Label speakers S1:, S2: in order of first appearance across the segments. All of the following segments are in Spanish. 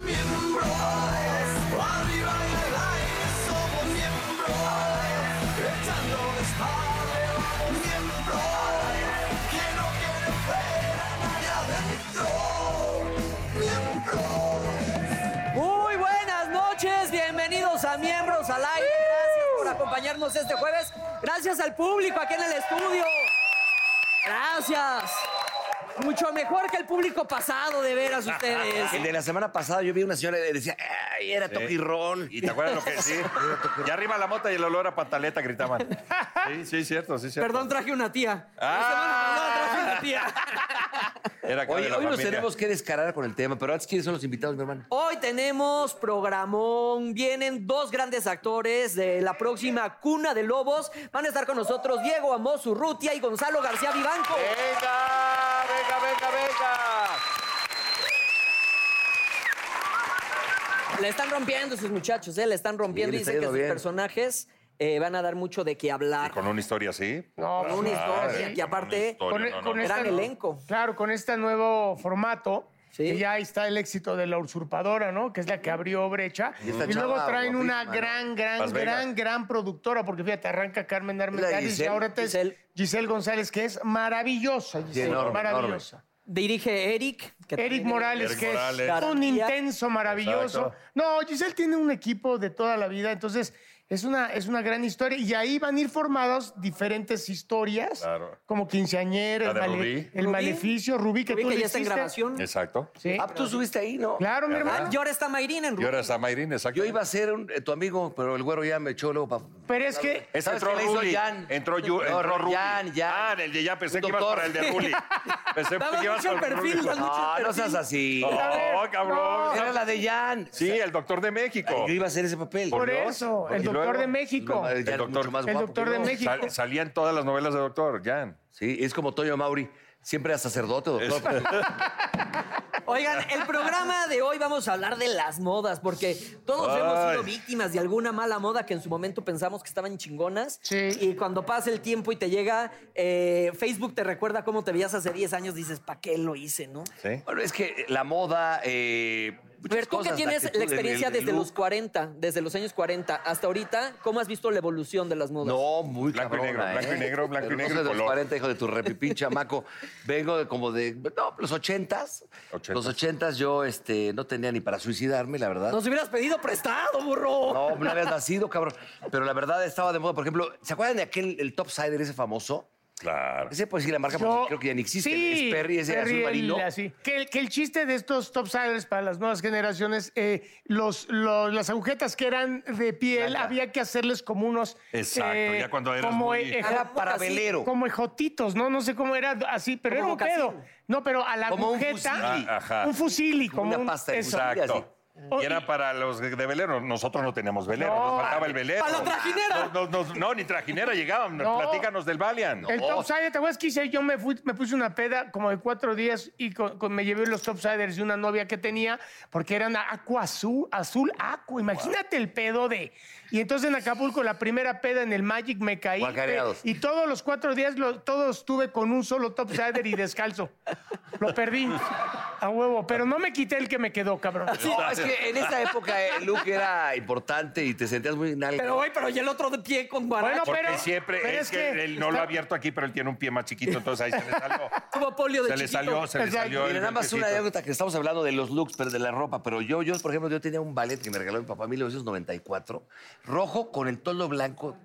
S1: Miembros, arriba en el aire somos miembros, echando desmadre vamos miembros, que no quieren ver a nadie adentro, miembros.
S2: Muy buenas noches, bienvenidos a Miembros al Aire. Gracias por acompañarnos este jueves. Gracias al público aquí en el estudio. Gracias. Mucho mejor que el público pasado, de veras, ustedes.
S3: El de la semana pasada yo vi una señora y decía, "Eh". ¡ay, era toquirrón!
S4: ¿Y te acuerdas lo que sí? Y arriba la mota y el olor a pantaleta gritaban. Sí, sí, cierto, sí, cierto.
S2: Perdón, traje una tía.
S4: Ah.
S2: La semana pasada traje una tía.
S4: Era acá de
S3: Oye,
S4: la
S3: hoy nos
S4: familia.
S3: tenemos que descarar con el tema, pero antes, ¿quiénes son los invitados, mi hermano?
S2: Hoy tenemos programón. Vienen dos grandes actores de la próxima Cuna de Lobos. Van a estar con nosotros Diego Amos Urrutia y Gonzalo García Vivanco.
S4: ¡Venga! ¡Venga, venga, venga!
S2: La están rompiendo sus muchachos, ¿eh? La están
S3: Sí,
S2: rompiendo.
S3: le está
S2: Dicen que
S3: yendo
S2: sus
S3: bien.
S2: personajes eh, van a dar mucho de qué hablar.
S4: Con una historia así.
S5: No,
S2: Con una historia que aparte...
S4: Con,
S5: Con- con
S2: Gran
S5: esta-
S2: elenco.
S5: Claro, con este nuevo formato.
S2: Sí.
S5: que ya ahí está el éxito de la usurpadora, ¿no? Que es la que abrió brecha.
S3: Y
S5: Y,
S3: esta chava
S5: luego traen
S3: guapísima,
S5: una
S3: ¿no?
S5: gran, gran,
S4: Las Vegas.
S5: gran, gran productora, porque fíjate, arranca Carmen
S3: La
S5: Armendáriz y
S3: Giselle.
S5: ahora te es
S2: Giselle.
S5: Giselle. González, que es maravillosa, Giselle,
S3: enorme,
S5: maravillosa.
S2: Dirige Eric. que
S5: Eric
S2: también-
S5: Morales,
S4: Eric
S5: que es
S4: Morales.
S5: un intenso, maravilloso.
S4: Exacto.
S5: No, Giselle tiene un equipo de toda la vida, entonces es una, es una gran historia. Y ahí van a ir formadas diferentes historias,
S4: Claro.
S5: como
S4: La
S5: quinceañera, el,
S4: de
S5: male-
S4: Rubí.
S5: el
S2: Rubí.
S5: maleficio, Rubí, que
S2: Rubí,
S5: tú
S2: que
S5: le
S2: ya está en
S5: hiciste.
S2: grabación.
S4: Exacto.
S5: Sí.
S3: Ah, tú subiste ahí, ¿no?
S5: Claro, mi hermano.
S2: Y ahora está Mayrin en
S4: Y ahora
S2: Rubí.
S4: está Mayrin, exacto.
S3: Yo iba a ser un- eh, tu amigo, pero el güero ya me echó luego para...
S5: Pero es que
S4: Ese
S3: ¿Sabes
S4: entró
S3: qué le hizo
S4: Ruli.
S3: Jan?
S4: Entró, Yu-
S3: No,
S4: entró Ruli.
S3: Jan, Jan.
S4: Ah, el de ya pensé
S3: Un
S4: que ibas
S3: doctor.
S4: para el de Ruli. Pensé
S2: Daba
S4: que ibas
S2: mucho el
S4: para
S2: perfil,
S4: Ruli.
S2: daba mucho
S3: No,
S2: el
S3: no
S2: perfil.
S3: seas así.
S4: No, cabrón.
S3: Era la de Jan.
S4: Sí, el doctor de México.
S3: Yo iba a hacer ese papel.
S5: por
S4: Dios.
S5: eso, el
S4: Y
S5: doctor
S4: luego,
S5: de México.
S3: El Jan
S4: El
S3: es
S4: doctor-
S3: mucho más
S5: El
S3: guapo
S5: doctor
S3: que
S5: de
S3: yo.
S5: México.
S4: Sal- salía en todas las novelas de doctor, Jan.
S3: Sí, es como Toño Mauri. Siempre era sacerdote, doctor.
S2: Oigan, el programa de hoy vamos a hablar de las modas, porque todos
S4: Ay.
S2: hemos sido víctimas de alguna mala moda que en su momento pensamos que estaban chingonas.
S5: Sí.
S2: Y cuando pasa el tiempo y te llega, eh, Facebook te recuerda cómo te veías hace 10 años, dices, ¿para qué lo hice, no?
S4: Sí.
S3: Bueno, es que la moda... Eh,
S2: A ver,
S3: muchas
S2: tú que
S3: cosas,
S2: tienes
S3: actitud,
S2: la experiencia
S3: el- el
S2: desde
S3: look.
S2: los 40, desde los años 40 hasta ahorita, ¿cómo has visto la evolución de las modas?
S3: No, muy
S4: Blanco y
S3: cabrona,
S4: negro, blanco y
S3: ¿eh?
S4: negro, blanco y
S3: Pero no
S4: negro
S3: soy
S4: y
S3: de los
S4: color.
S3: 40, hijo de tu repipín, chamaco. Vengo de como de, no, los ochentas.
S4: Ochentas.
S3: Los ochentas yo este, no tenía ni para suicidarme, la verdad.
S2: Nos hubieras pedido prestado, burro.
S3: No, no habías nacido, cabrón. Pero la verdad estaba de moda. Por ejemplo, ¿se acuerdan de aquel, el Topsider, ese famoso?
S4: Claro.
S3: Ese puede decir la marca,
S5: Yo-
S3: porque creo que ya ni existe.
S5: Sí,
S3: es Perry, ese
S5: Perry,
S3: azul
S5: el
S3: marino.
S5: así. Que, el- que el chiste de estos topsiders para las nuevas generaciones, eh, los, los- las agujetas que eran de piel, había que hacerles como unos.
S4: Exacto, ya cuando eras
S5: como,
S4: muy-
S5: eh,
S3: Era para
S2: Así,
S3: velero.
S5: como ejotitos, ¿no? No sé cómo era así, pero
S2: Como
S5: era un
S2: mocasín.
S5: pedo. No, pero a la
S3: Como un
S5: agujeta.
S3: fusili.
S4: Ah, ajá.
S5: Un fusili, como
S3: Una
S5: un-
S3: pasta de
S5: eso.
S3: fusili. así.
S4: Exacto.
S5: Oh,
S4: Y
S5: y-
S4: era para los de velero. Nosotros no teníamos velero,
S5: No.
S4: nos faltaba el velero.
S2: ¡Para la trajinera!
S4: No, no, no, no, ni trajinera llegaban.
S5: No.
S4: Platícanos del Valiant.
S5: El topsider, ¿te acuerdas que hice? Yo me, fui- me puse una peda como de cuatro días y con- con- me llevé los topsiders de una novia que tenía porque eran aqua azul, azul aqua. Imagínate el pedo de... Y entonces en Acapulco, la primera peda en el Magic me caí.
S3: Guacareados.
S5: eh, y todos los cuatro días, lo- todos estuve con un solo topsider y descalzo. Lo perdí a huevo, pero no me quité el que me quedó, cabrón.
S3: No, es que que en esa época el look era importante y te sentías muy nalga.
S2: Pero, güey, pero ya el otro de pie con guaracha.
S5: Bueno,
S4: Porque
S5: pero-
S4: siempre
S5: pero
S4: es,
S5: es
S4: que,
S5: que
S4: él no lo
S5: está-
S4: ha abierto aquí, pero él tiene un pie más chiquito, entonces ahí se le salió.
S2: Tuvo polio de
S4: se le
S2: chiquito.
S4: salió, se le
S5: Exacto.
S4: salió. el
S3: Mira, nada más una
S4: golpecito.
S3: anécdota que estamos hablando de los looks, pero de la ropa. Pero yo, yo, por ejemplo, yo tenía un ballet que me regaló mi papá en 1994, rojo con el toldo blanco,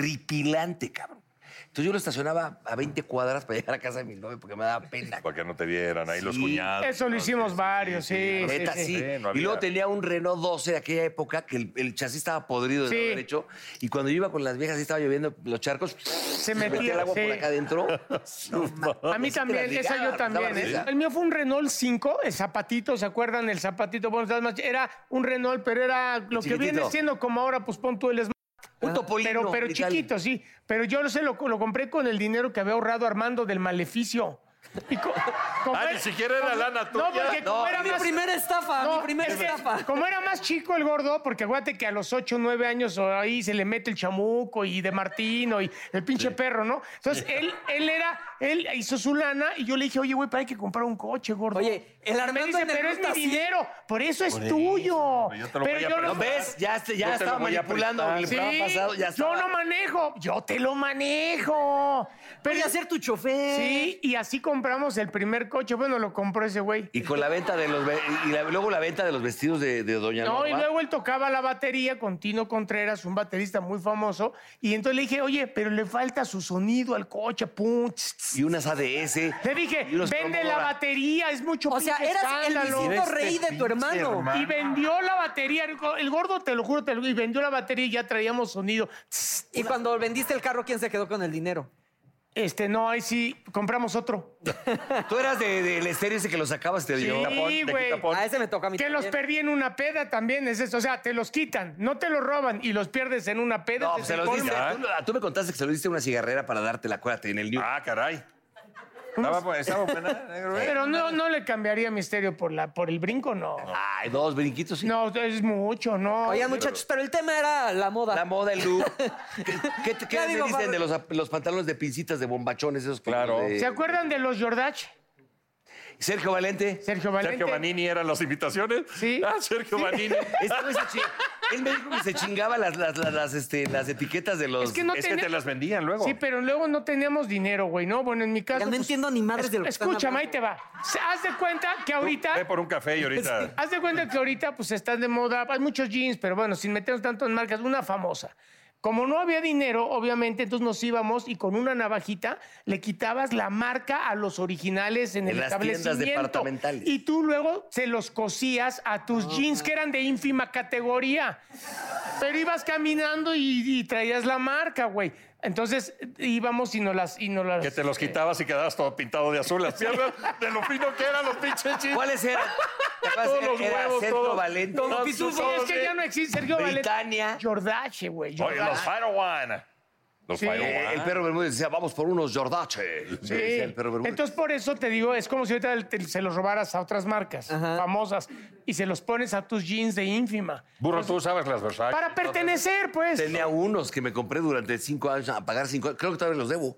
S3: horripilante, cabrón. Entonces yo lo estacionaba a 20 cuadras para llegar a casa de mi novia porque me daba pena.
S4: Para que no te vieran ahí los
S3: Sí,
S4: cuñados.
S5: Eso lo
S4: ¿no?
S5: hicimos varios, sí. sí,
S3: Neta,
S5: sí.
S3: sí.
S4: Sí, no
S3: y luego
S4: había-
S3: tenía un Renault 12 de aquella época que el, el chasis estaba podrido de
S5: Sí.
S3: no haber hecho. Y cuando yo iba con las viejas y estaba lloviendo los charcos, se
S5: metía,
S3: el agua
S5: sí.
S3: por acá adentro.
S5: A mí
S3: Sí te la
S5: también, esa
S3: ligaba,
S5: yo también.
S3: estaba
S5: ¿eh?
S3: risa.
S5: El mío fue un Renault 5, el zapatito, ¿se acuerdan? El zapatito, bueno, estás más- era un Renault, pero era lo que
S3: Chiquitito.
S5: viene siendo como ahora, pues pon tú el Smart. Ah,
S3: Un topolino.
S5: Pero, pero
S3: y tal.
S5: chiquito, sí. Pero yo lo sé, lo, lo compré con el dinero que había ahorrado Armando del maleficio. Y co- como
S4: Ah,
S5: era-
S4: ni siquiera era lana tuya.
S5: No, porque
S3: No,
S5: como era
S2: Mi
S5: más...
S2: primera estafa,
S5: No,
S2: mi primera
S5: es que
S2: estafa.
S5: Como era más chico el gordo, porque aguante que a los 8, 9 años o ahí se le mete el chamuco y de Martino y el pinche perro, ¿no? Entonces él, él era, él hizo su lana y yo le dije, oye, güey, para hay que comprar un coche, gordo.
S2: Oye, el
S5: me
S2: Armando
S5: dice,
S2: en el
S5: pero es mi
S2: ruta, sí".
S5: dinero, por eso es tuyo.
S4: pero yo te lo voy a
S3: ¿No
S5: no,
S4: prestar.
S3: ves? Ya, este- ya
S4: Yo te lo
S3: estaba
S4: voy a
S3: manipulando.
S4: prestar.
S3: el
S5: Sí,
S3: programa pasado ya
S5: yo
S3: estaba-
S5: no manejo, yo te lo manejo. Pero
S2: Voy a ser tu chofer.
S5: Sí, y así compramos el primer coche. Bueno, lo compró ese güey.
S3: Y con la venta de los ve- y la- luego la venta de los vestidos de, de Doña
S5: No,
S3: Norma.
S5: y luego él tocaba la batería con Tino Contreras, un baterista muy famoso. Y entonces le dije, oye, pero le falta su sonido al coche, pum. tss, tss".
S3: Y unas ADS.
S5: Le dije,
S3: y unos
S5: vende la
S3: Promodora.
S5: batería, es mucho
S2: O sea,
S5: pinche
S2: eras el
S5: escándalo".
S2: Luisito Rey de tu hermano.
S5: Y vendió la batería, el go- el gordo, te lo juro, te lo- y vendió la batería y ya traíamos sonido. Tss,
S2: Y cuando vendiste el carro, ¿quién se quedó con el dinero?
S5: Este, no, ahí sí, compramos otro.
S3: Tú eras del de, del estéreo ese que los sacabas y te dio.
S5: Sí, güey.
S2: A ese me toca a mí.
S5: Que los
S2: también.
S5: perdí en una peda también, es eso. O sea, te los quitan, no te los roban y los pierdes en una peda.
S3: No,
S5: ese
S3: pues
S5: es
S3: se
S5: el
S3: los diste.
S5: colmo.
S3: Tú, tú me contaste que se los diste a una cigarrera para darte la cuérate en el New.
S4: Ah, caray. Estaba, bu- estaba buena, negro, ¿eh?
S5: Pero no, no le cambiaría misterio por, la, por el brinco, no.
S3: Ay, dos brinquitos. y-
S5: No, es mucho, no.
S2: Oigan, muchachos, pero el tema era la moda.
S3: La moda, el look. ¿Qué, qué, qué
S2: Ya
S3: me
S2: digo,
S3: dicen
S2: Pablo.
S3: de los, los pantalones de pincitas, de bombachones esos? como
S4: Claro.
S3: de-
S5: ¿Se acuerdan de los Yordach?
S3: Sergio Valente.
S5: Sergio Valente.
S4: Sergio Vanini eran las invitaciones.
S5: Sí.
S4: Ah, Sergio Vanini.
S3: Este güey se chi- Él me dijo que se chingaba las, las, las, las, este, las etiquetas de los...
S5: Es que no
S4: Es que te
S5: tenía-
S4: las vendían luego.
S5: Sí, pero luego no teníamos dinero, güey, ¿no? Bueno, en mi caso...
S2: Ya no
S5: pues,
S2: entiendo ni madres de lo que están
S5: Escúchame, ahí
S2: hablando.
S5: te va. Haz de cuenta que ahorita...
S4: Ve por un café y ahorita.
S5: Haz de cuenta que ahorita pues están de moda, hay muchos jeans, pero bueno, sin meternos tanto en marcas, una famosa. Como no había dinero, obviamente, entonces nos íbamos y con una navajita le quitabas la marca a los originales en,
S3: En
S5: el
S3: las tiendas
S5: establecimiento.
S3: departamentales.
S5: Y tú luego se los cosías a
S4: Ah.
S5: tus jeans que eran de ínfima categoría. Pero ibas caminando y, y traías la marca, güey. Entonces íbamos y nos las... Y nos las
S4: Que te los quitabas y quedabas todo pintado de azul las piernas de lo fino que eran los pinches chistes.
S3: ¿Cuáles eran? ¿Te acuerdas?
S4: Todos los
S3: Era
S4: huevos,
S3: Sergio
S4: todos.
S3: Valente.
S4: Todos los
S5: Sí,
S4: pitufos.
S5: pues, es que ya no existe Sergio Valente.
S3: Britannia.
S5: Jordache, güey.
S4: Oye,
S5: Jordache.
S4: los Fire One. Los
S5: Sí.
S4: Fire One.
S3: Eh, El perro Bermúdez decía, vamos por unos Jordache.
S5: Sí.
S3: Decía el perro Bermúdez.
S5: Entonces, por eso te digo, es como si ahorita el- te- se los robaras a otras marcas famosas y se los pones a tus jeans de ínfima.
S4: Burro, tú sabes las Versace.
S5: Para pertenecer, pues.
S3: Tenía unos que me compré durante cinco años a pagar cinco. Creo que todavía los debo.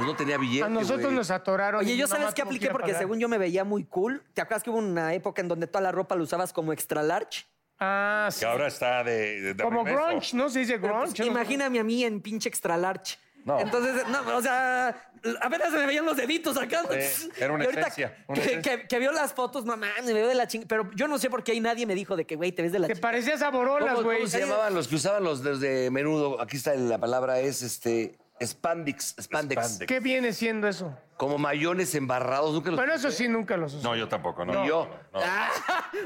S3: No tenía billete.
S5: A nosotros
S3: güey.
S5: nos atoraron.
S2: Oye,
S5: y
S2: yo
S5: nada
S2: sabes
S5: más
S2: qué
S5: tuvo
S2: apliqué
S5: ir a
S2: porque
S5: pagar.
S2: según yo me veía muy cool. ¿Te acuerdas que hubo una época en donde toda la ropa la usabas como extra large?
S5: Ah,
S4: Que
S5: sí.
S4: ahora está de. de- de
S5: Como
S4: regreso.
S5: grunge, ¿no? Se dice
S2: Pero,
S5: grunge.
S2: pues,
S5: ¿no?
S2: imagíname a mí en pinche extra large.
S4: No.
S2: Entonces, no, o sea, apenas se me veían los deditos acá.
S4: Sí, era una
S2: Y ahorita
S4: esencia, una
S2: que,
S4: esencia.
S2: que- que vio las fotos, mamá, me veo de la chingada. Pero yo no sé por qué ahí nadie me dijo de que, güey, te ves de la
S5: Te
S2: chingada.
S5: parecías a
S3: ¿Cómo-
S5: Borolas, güey.
S3: ¿Cómo se llamaban los que usaban los de, de menudo? Aquí está la palabra, es este. Spandex, spandex.
S4: Spandex.
S5: ¿Qué viene siendo eso?
S3: Como mayones embarrados. Nunca los...
S5: Bueno, eso sí nunca los usé.
S4: No, yo tampoco, no.
S3: Ni yo.
S4: No, no.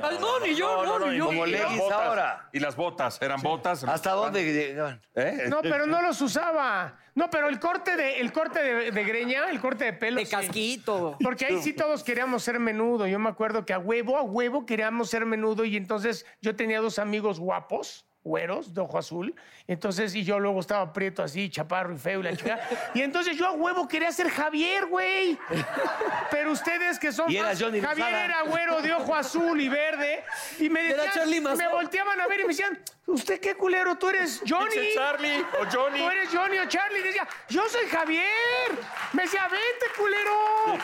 S2: Ay, no, ni yo, no, ni yo.
S3: como
S4: Y las
S3: leggings
S4: botas,
S3: ahora.
S4: Y las botas, eran botas.
S3: ¿Hasta dónde llegaban?
S4: ¿Eh?
S5: No, pero no los usaba. No, pero el corte de, el corte de, de greña, el corte de pelo.
S2: De
S5: sí.
S2: casquito.
S5: Porque ahí sí todos queríamos ser menudo. Yo me acuerdo que a huevo, a huevo queríamos ser menudo y entonces yo tenía dos amigos guapos. Güeros, de ojo azul. Entonces, y yo luego estaba prieto así, chaparro y feo y la chica. Y entonces yo a huevo quería ser Javier, güey. Pero ustedes que son.
S3: Y era
S5: más-
S3: Johnny
S5: Javier
S3: Lozada.
S5: era güero de ojo azul y verde. Y me
S2: Era
S5: decían.
S2: Charlie Mazó.
S5: me volteaban a ver y me decían, ¿Usted qué culero? Tú eres Johnny.
S4: Pinche Charlie o Johnny.
S5: Tú eres Johnny o Charlie. Decía, yo soy Javier. Me decía, vente, culero.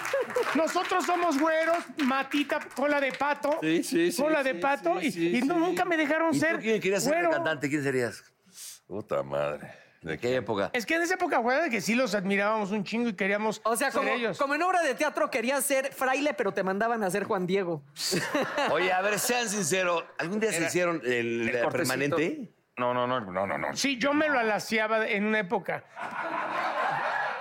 S5: Nosotros somos güeros, matita, cola de pato.
S4: Sí, sí, sí,
S5: Cola de
S4: sí,
S5: pato.
S4: sí,
S5: y-
S4: sí,
S5: y no-
S4: sí.
S5: nunca me dejaron
S3: ¿Y
S5: ser.
S3: tú quién querías ser de
S5: güero.
S3: cantante? ¿Quién serías?
S4: Puta madre.
S3: ¿De qué época?
S5: Es que en esa época, güey, que sí los admirábamos un chingo y queríamos
S2: O sea,
S5: ser
S2: como,
S5: ellos.
S2: como en obra de teatro querías ser fraile, pero te mandaban a ser Juan Diego.
S3: Oye, a ver, sean sinceros. ¿Algún día se hicieron el,
S4: el
S3: la
S4: cortecito.
S3: permanente?
S4: No, no, no, no, no, no.
S5: Sí, yo me lo alaciaba en una época.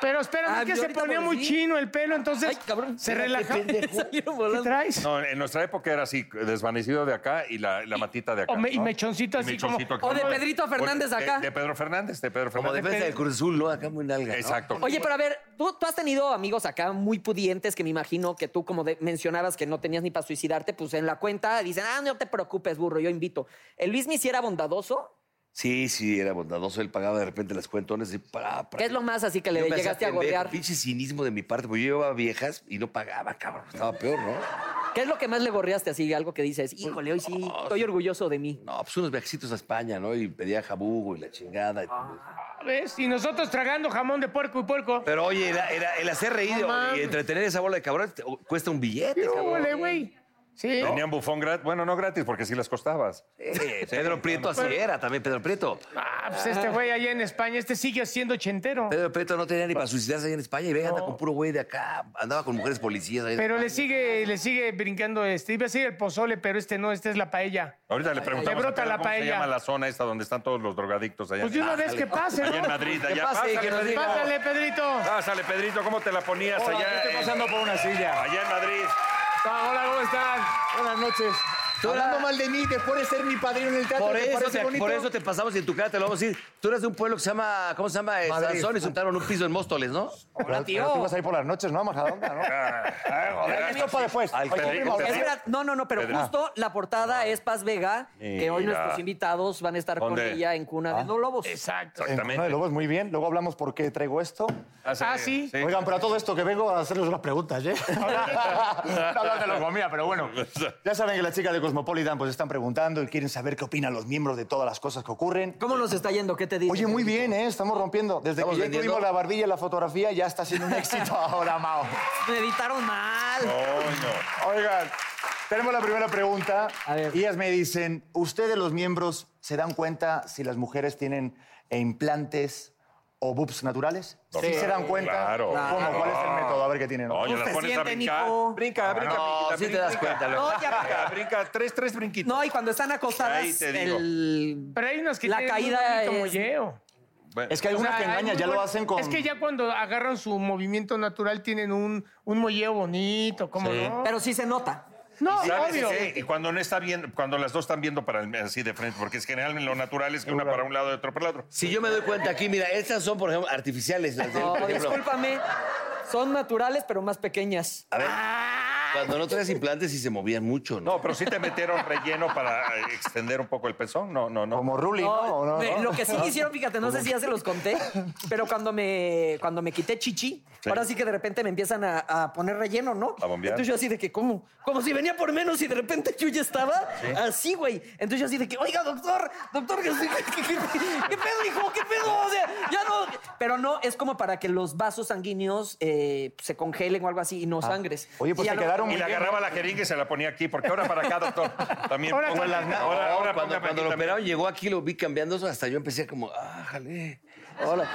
S5: Pero espérame,
S2: Ah,
S5: es que
S2: yo
S5: se
S2: ahorita
S5: ponía
S2: me
S5: muy
S2: vi.
S5: chino el pelo, entonces
S2: Ay, cabrón.
S5: se
S2: Mira,
S5: relajaba. ¿Qué
S2: Salieron volando.
S5: traes?
S4: No, en nuestra época era así, desvanecido de acá y la, la matita de acá.
S5: o me- y
S4: ¿no?
S5: mechoncito así como-
S4: acá.
S2: O de Pedrito Fernández
S4: de-
S2: acá.
S4: De, Pedro Fernández, de Pedro
S3: Como
S4: Fernández.
S3: defensa del Cruz Azul, ¿no? Acá muy nalga. ¿no?
S4: Exacto.
S2: Oye, pero a ver, ¿tú, tú has tenido amigos acá muy pudientes que me imagino que tú, como de- mencionabas que no tenías ni para suicidarte, pues en la cuenta dicen, ah, no te preocupes, burro, yo invito. ¿El Luis me hiciera bondadoso?
S3: Sí, sí, era bondadoso. Él pagaba de repente las cuentones y para, para.
S2: ¿Qué es lo más así que le
S3: Yo me hacía
S2: llegaste a
S3: pendejo,
S2: golpear?
S3: Pinche cinismo de mi parte, porque yo llevaba viejas y no pagaba, cabrón. Estaba peor, ¿no? Pues,
S2: ¿Qué es lo que más le gorreaste así? Algo que dices, híjole, hoy sí, estoy orgulloso de mí.
S3: No, pues unos viajecitos a España, ¿no? Y pedía jabugo y la chingada. y pues, todo eso.
S5: ¿Ves? Y nosotros tragando jamón de puerco y puerco.
S3: Pero oye, era- era- el hacer reír
S5: No mames.
S3: y entretener esa bola de cabrón te- cuesta un billete,
S5: ¿Qué
S3: cabrón.
S5: huele, güey? Sí.
S4: Tenían bufón gratis. Bueno, no gratis, porque sí las costabas.
S3: Eh, Pedro Prieto así era también, Pedro Prieto.
S5: Ah, pues este güey allá en España, este sigue siendo ochentero.
S3: Pedro Prieto no tenía ni para suicidarse ahí en España y ve, anda con puro güey de acá. Andaba con mujeres policías. ahí en
S5: Pero le
S3: España.
S5: sigue, le sigue brincando este. Iba a decir el pozole, pero este no, este es la paella.
S4: Ahorita le preguntamos a
S5: brota
S4: Pedro
S5: la
S4: cómo se
S5: paella.
S4: llama la zona esta donde están todos los drogadictos allá.
S5: Pues de una
S4: Ah,
S5: vez que pase,
S4: allá en
S5: ¿no?
S4: Madrid,
S3: Que
S4: allá.
S3: pase, que nos
S4: Pedrito.
S5: Pásale, Pedrito.
S4: Pásale, Pedrito, ¿cómo te la ponías allá? en-
S6: por una silla.
S4: Allá en Madrid.
S6: Ah, Hola, ¿cómo están? Buenas noches. Hablando mal de mí, después de ser mi padrino en el teatro,
S3: Por
S6: ¿te
S3: eso,
S6: parece
S3: te,
S6: bonito?
S3: por eso te pasamos y en tu cara te lo vamos a decir. Tú eres de un pueblo que se llama, ¿cómo se llama? Eh,
S6: Madrid.
S3: Sansón y soltaron un piso en Móstoles, ¿no?
S6: Pero- pero Tú vas a ir por las noches, ¿no? A Majadonda, ¿no?
S4: Ah,
S6: Esto para después.
S3: Al
S6: Oye,
S3: Pedrito.
S6: Mauricio,
S2: Espera, no, no, no, pero
S4: Pedro.
S2: justo la portada es Paz Vega, que hoy
S4: Mira.
S2: nuestros invitados van a estar con
S4: ¿Dónde?
S2: ella en Cuna
S3: Ah.
S2: de los Lobos.
S5: Exacto.
S6: en Corona de
S4: Exactamente.
S6: Lobos, muy bien. Luego hablamos por qué traigo esto.
S5: Ah, sí.
S6: Oigan, pero a todo esto que vengo a hacerles unas preguntas, ¿eh? no hablar de logomía, pero bueno. Ya saben que las chicas de Cosmopolitan pues están preguntando y quieren saber qué opinan los miembros de todas las cosas que ocurren.
S2: ¿Cómo nos está yendo? ¿Qué te dice?
S6: Oye, muy bien, ¿eh? Estamos rompiendo. Desde
S3: Estamos
S6: que ya
S3: vendiendo.
S6: incluimos la barbilla y la fotografía, ya está siendo un éxito ahora, Mao.
S2: Me editaron mal.
S4: Coño.
S6: Oigan, tenemos la primera pregunta.
S2: A ver.
S6: Y ellas me dicen, ¿ustedes los miembros se dan cuenta si las mujeres tienen implantes o boobs naturales? sí, se dan cuenta.
S4: claro.
S6: ¿Cómo? ¿Cuál es el método? A ver qué tienen.
S4: Oye, la
S2: se
S4: pones a
S2: siente,
S4: brincar.
S2: Nico?
S4: Brinca, brinca,
S3: No,
S4: brinquita,
S3: sí te
S4: brinca,
S3: das cuenta,
S4: No,
S3: luego.
S4: ya
S2: Brinca,
S4: brinca, brinca. Tres, tres brinquitos.
S2: No, y cuando están
S4: Ahí
S2: acostadas,
S4: te digo.
S2: el...
S5: Pero hay unas que
S2: La
S5: tienen
S2: caída
S5: un bonito
S2: es-
S5: molleo.
S6: Es que hay unas
S5: O sea,
S6: que
S5: hay
S6: engañan,
S5: muy
S6: ya lo
S5: buen-
S6: hacen con...
S5: Es que ya cuando agarran su movimiento natural tienen un, un molleo bonito, ¿cómo no?
S2: Pero sí se nota.
S5: no,
S4: ¿Sabes
S5: obvio.
S4: qué? Y cuando no está bien, cuando las dos están viendo para así de frente, porque es general lo natural es que una para un lado y otra para el otro.
S3: Si yo me doy cuenta aquí, mira, estas son, por ejemplo, artificiales. Las de,
S2: No,
S3: por ejemplo,
S2: discúlpame. Son naturales, pero más pequeñas.
S3: A ver, cuando no traes implantes y se movían mucho, ¿no?
S4: No, pero sí te metieron relleno para eh, extender un poco el pezón. No, no, no.
S6: Como Ruli, ¿no? ¿O no?
S2: No, me- Lo que sí me hicieron, fíjate, no sé si ya se los conté, pero cuando me, cuando me quité chichi, ahora sí que de repente me empiezan a, a poner relleno, ¿no?
S4: A bombear.
S2: Entonces yo así de que, ¿cómo? Como si venía por menos y de repente yo ya estaba así, güey. Entonces yo así de que, oiga, doctor, doctor, ¿qué, qué- qué- qué pedo, hijo? ¿Qué pedo? O sea, ya no. Pero no, es como para que los vasos sanguíneos eh, se congelen o algo así y no sangres.
S6: Oye, pues
S2: Y a
S6: te
S2: lo-
S6: quedaron
S4: Y
S6: muy
S4: le
S6: bien.
S4: agarraba la jeringa y se la ponía aquí, porque ahora para acá, doctor. También.
S5: Ahora
S4: pongo
S5: con las-
S4: la-
S3: No,
S4: ahora, ahora póngame
S3: cuando, cuando
S4: aquí
S3: lo
S4: también.
S3: operaron, llegó aquí, lo vi cambiando, eso, hasta yo empecé como, ah, jale.
S2: Ahora,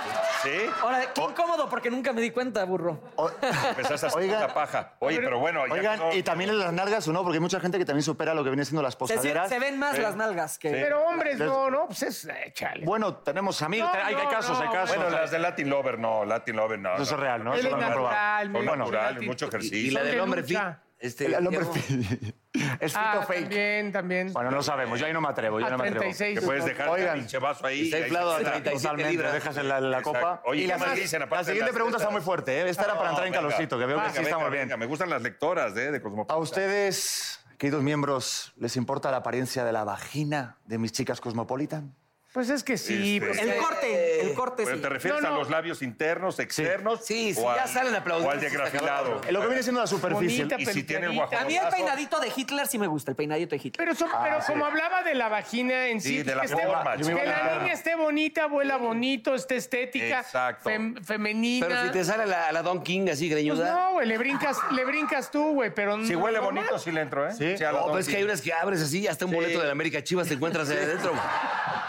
S4: Sí.
S2: ahora, qué incómodo porque nunca me di cuenta, burro.
S6: O-
S4: Empezaste a hacer
S6: Oigan.
S4: la paja. Oye, pero bueno, ya
S6: Oigan,
S4: quedó-
S6: y también en las nalgas, ¿o no? Porque hay mucha gente que también supera lo que viene siendo las
S2: Se,
S6: posaderas.
S2: se ven más las nalgas que...
S5: Pero hombres, no, no, pues es... eh, chale.
S6: Bueno, tenemos amigos,
S5: No,
S6: hay, hay
S5: no,
S6: casos, hay
S5: no.
S6: casos.
S4: Bueno, las de Latin Lover, no, Latin Lover, no.
S6: Eso es real, ¿no?
S5: Es
S6: Eso lo han
S5: natural,
S6: comprobado.
S5: mi
S4: Son
S5: Bueno.
S4: naturales, mucho
S3: Y,
S4: ejercicio.
S3: y la
S5: Son
S3: del
S5: de
S3: hombre fit.
S5: lucha.
S3: Este,
S6: El, el hombre
S3: Diego,
S6: es fit
S5: Ah,
S6: o fake.
S5: también, también.
S6: Bueno, no sabemos, yo ahí no me atrevo, yo
S5: a
S6: no me atrevo.
S5: 36.
S4: Que puedes dejar
S6: Oigan.
S4: el pinche vaso ahí.
S3: Está
S4: y ahí
S3: inflado
S4: se
S3: a
S4: queda.
S3: 37
S6: Totalmente,
S3: libras.
S6: dejas en la, la
S4: Exacto.
S6: copa.
S4: Oye, ¿qué
S6: la,
S4: más dicen aparte
S6: la siguiente
S4: de las
S6: pregunta está
S4: tetas?
S6: muy fuerte, ¿eh? Esta era para entrar en
S4: Venga,
S6: calorcito, que veo que
S4: venga,
S6: sí estamos
S4: venga,
S6: bien.
S4: venga, Me gustan las lectoras eh, de
S6: ¿A
S4: Cosmopolitan.
S6: ustedes, queridos miembros, les importa la apariencia de la vagina de mis chicas Cosmopolitan?
S5: Pues es que sí.
S4: Este,
S5: pues,
S2: El
S5: eh,
S2: corte, el corte
S4: Pero
S2: sí.
S4: ¿Te refieres
S5: No,
S4: a
S5: no.
S4: los labios internos, externos?
S3: Sí, sí,
S4: o
S3: ya
S4: al-
S3: salen aplaudidos.
S4: O al desgrafilado.
S6: Lo que viene siendo la superficie.
S5: bonita,
S4: y si tiene el
S5: peluquerita.
S4: guajolotazo.
S2: A mí el peinadito de Hitler sí me gusta, el peinadito de Hitler.
S5: Pero, son- pero como hablaba de la vagina en sí,
S4: Ah, Sí, de la
S5: que, esté-
S4: forma,
S5: que
S4: yo me iba a
S5: la
S4: quitar.
S5: niña esté bonita, vuela bonito, esté estética,
S4: Exacto.
S5: fem- femenina.
S3: Pero si te sale la, la Don King así,
S5: Pues
S3: greñuda.
S5: no, güey, le brincas, le brincas tú, güey, pero Pues no.
S4: Si huele
S5: no
S4: bonito,
S5: más.
S4: sí le entro, ¿eh?
S6: Sí.
S4: a la
S3: No, pero es
S4: Donkey.
S3: que hay unas que abres así, hasta un boleto de la América Chivas te encuentras ahí adentro. güey.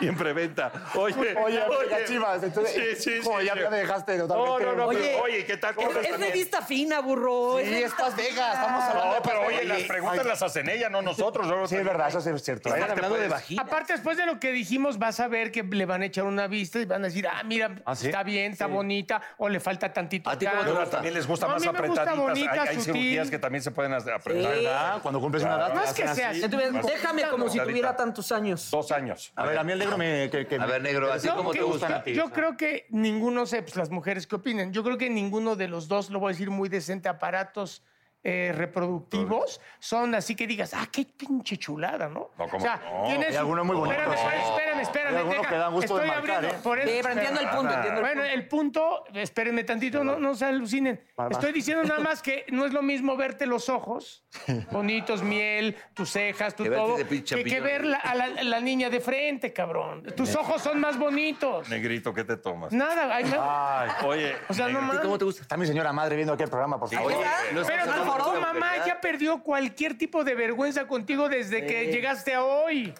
S4: Y en preventa. Oye,
S6: Oye, América Chivas, entonces- Joder, ya- ya me dejaste totalmente-
S4: No, no, no.
S2: Oye,
S4: Oye, oye ¿qué tal?
S2: Es, es revista fina, burro. es
S6: Sí,
S2: revista
S6: estas Vegas,
S2: fina.
S6: estamos hablando
S4: No,
S6: de
S4: pero oye, las
S6: Oye,
S4: preguntas
S6: ay.
S4: las hacen ella, no nosotros. luego
S6: Sí, es
S4: también.
S6: verdad, eso sí es cierto. ¿eh?
S4: Ahí
S3: Están
S4: te
S3: hablando de
S4: puedes-
S3: vagina.
S5: Aparte, después de lo que dijimos, vas a ver que le van a echar una vista y van a decir, ah, mira,
S6: ¿Ah, sí?
S5: está bien, está bonita, o le falta tantito.
S3: ¿A ti
S5: acá.
S3: cómo te
S4: Luego
S3: gusta?
S4: también les gusta
S5: No, a
S4: más
S5: mí me gusta
S4: apretaditas.
S5: bonita,
S4: hay, hay
S5: sutil.
S4: cirugías que también se pueden hacer- apretar.
S6: Ah, cuando cumples una edad.
S5: No
S6: te
S5: es que
S6: hacen
S5: sea
S6: así.
S2: Entonces,
S4: Más
S2: déjame como si
S4: apretadita.
S2: tuviera tantos años.
S4: Dos años.
S6: A ver, a mí el negro me. que- que
S3: A ver,
S6: me-
S3: negro, así
S5: No,
S3: como
S5: que
S3: te gustan
S5: yo-
S3: a ti.
S5: Yo creo que ninguno, sé, pues las mujeres que opinan, yo creo que ninguno de los dos, lo voy a decir muy decente, aparatos eh, reproductivos, son así que digas, ah, qué pinche chulada, ¿no?
S4: No, ¿cómo
S5: o sea,
S4: no?
S5: tienes...
S6: Hay algunos muy bonitos.
S5: Espérame, espérame, espérame. espérame,
S6: Hay algunos
S5: deja,
S6: que dan gusto de
S5: estoy
S6: marcar,
S5: abriendo,
S6: ¿eh?
S5: por eso-
S2: Sí, pero entiendo el punto, entiendo el
S5: Bueno, el punto, espérenme tantito, no, no se alucinen.
S6: Va, va.
S5: Estoy diciendo nada más que no es lo mismo verte los ojos, bonitos, miel, tus cejas, tu
S3: Que verte
S5: todo,
S3: de
S5: que,
S3: pinche
S5: que
S3: champiñón.
S5: ver la- a la, la niña de frente, cabrón. Tus ojos son más bonitos.
S4: Negrito, ¿qué te tomas?
S5: Nada, ay, me-
S6: Ay.
S4: Oye,
S5: o sea, no
S3: ¿A ti
S5: mames.
S3: cómo te gusta?
S6: Está mi señora madre viendo aquel programa, por favor.
S3: Oye, no
S5: Pero
S3: estás
S5: tu-
S3: hablando
S5: tu
S3: de
S5: mamá
S3: autoridad.
S5: ya perdió cualquier tipo de vergüenza contigo desde que llegaste a hoy.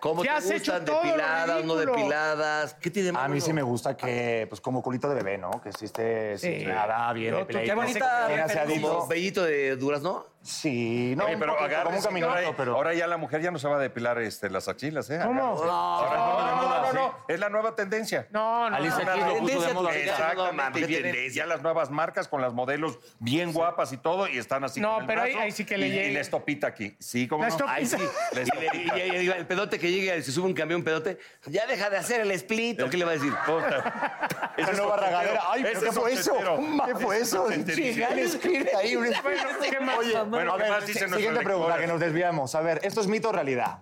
S3: ¿Cómo
S5: ya
S3: te
S5: has hecho
S3: gustan?
S5: todo lo
S3: ¿Depiladas, no
S5: ridículo.
S3: depiladas? ¿Qué tiene de
S6: A
S3: malo?
S6: mí sí me gusta que, pues como culito de bebé, ¿no? Que existe
S5: Sí.
S6: sin nada, bien,
S5: Pero tú,
S6: peladito.
S5: qué
S2: bonita
S6: Bien aseadito.
S3: Como Bellito de Durazno.
S6: Sí, no,
S4: oye,
S6: un
S4: pero
S6: poquito, como un
S4: agárrense, que ahora-
S6: caminito, pero...
S4: Ahora ya la mujer ya no se va a depilar este, las axilas, ¿eh?
S5: ¿Cómo?
S4: Agárrense. Ahora- No, no, no, no, no, Es la nueva tendencia.
S5: No, no.
S3: Alicia
S5: no.
S3: Keys lo puso de
S2: tendencia
S3: moda.
S4: Exactamente.
S3: No, mames,
S4: y
S3: qué
S4: vienen
S3: tendencia.
S4: ya las nuevas marcas con las modelos bien guapas y todo, y están así.
S5: No,
S4: con el
S5: pero ahí-
S4: brazo
S5: ahí sí que le
S4: y-
S5: llega.
S4: Y la estopita aquí. Sí, como
S5: La
S4: no.
S5: estopita.
S3: Ay, sí.
S4: La
S3: Y, le- y-
S4: estopita.
S3: y- y- el pedote que llegue, si sube un camión pedote, ya deja de hacer el split. ¿O qué le va a decir?
S4: Puta. Ese
S6: Esa
S4: es
S6: nueva
S4: ochentero.
S6: regadera. Ay,
S4: Ese
S6: ¿pero qué
S4: es
S6: fue eso?
S4: ochentero.
S6: ¿Qué fue eso?
S4: ochenterizo.
S6: Chingar, escribir ahí un-
S5: ¿qué más?
S6: Oye,
S4: Bueno,
S6: a
S4: ¿qué
S6: ver,
S4: más dice
S6: si-
S4: nuestro
S6: siguiente
S4: lector?
S6: pregunta, que nos desviamos. A ver, ¿esto es mito o realidad?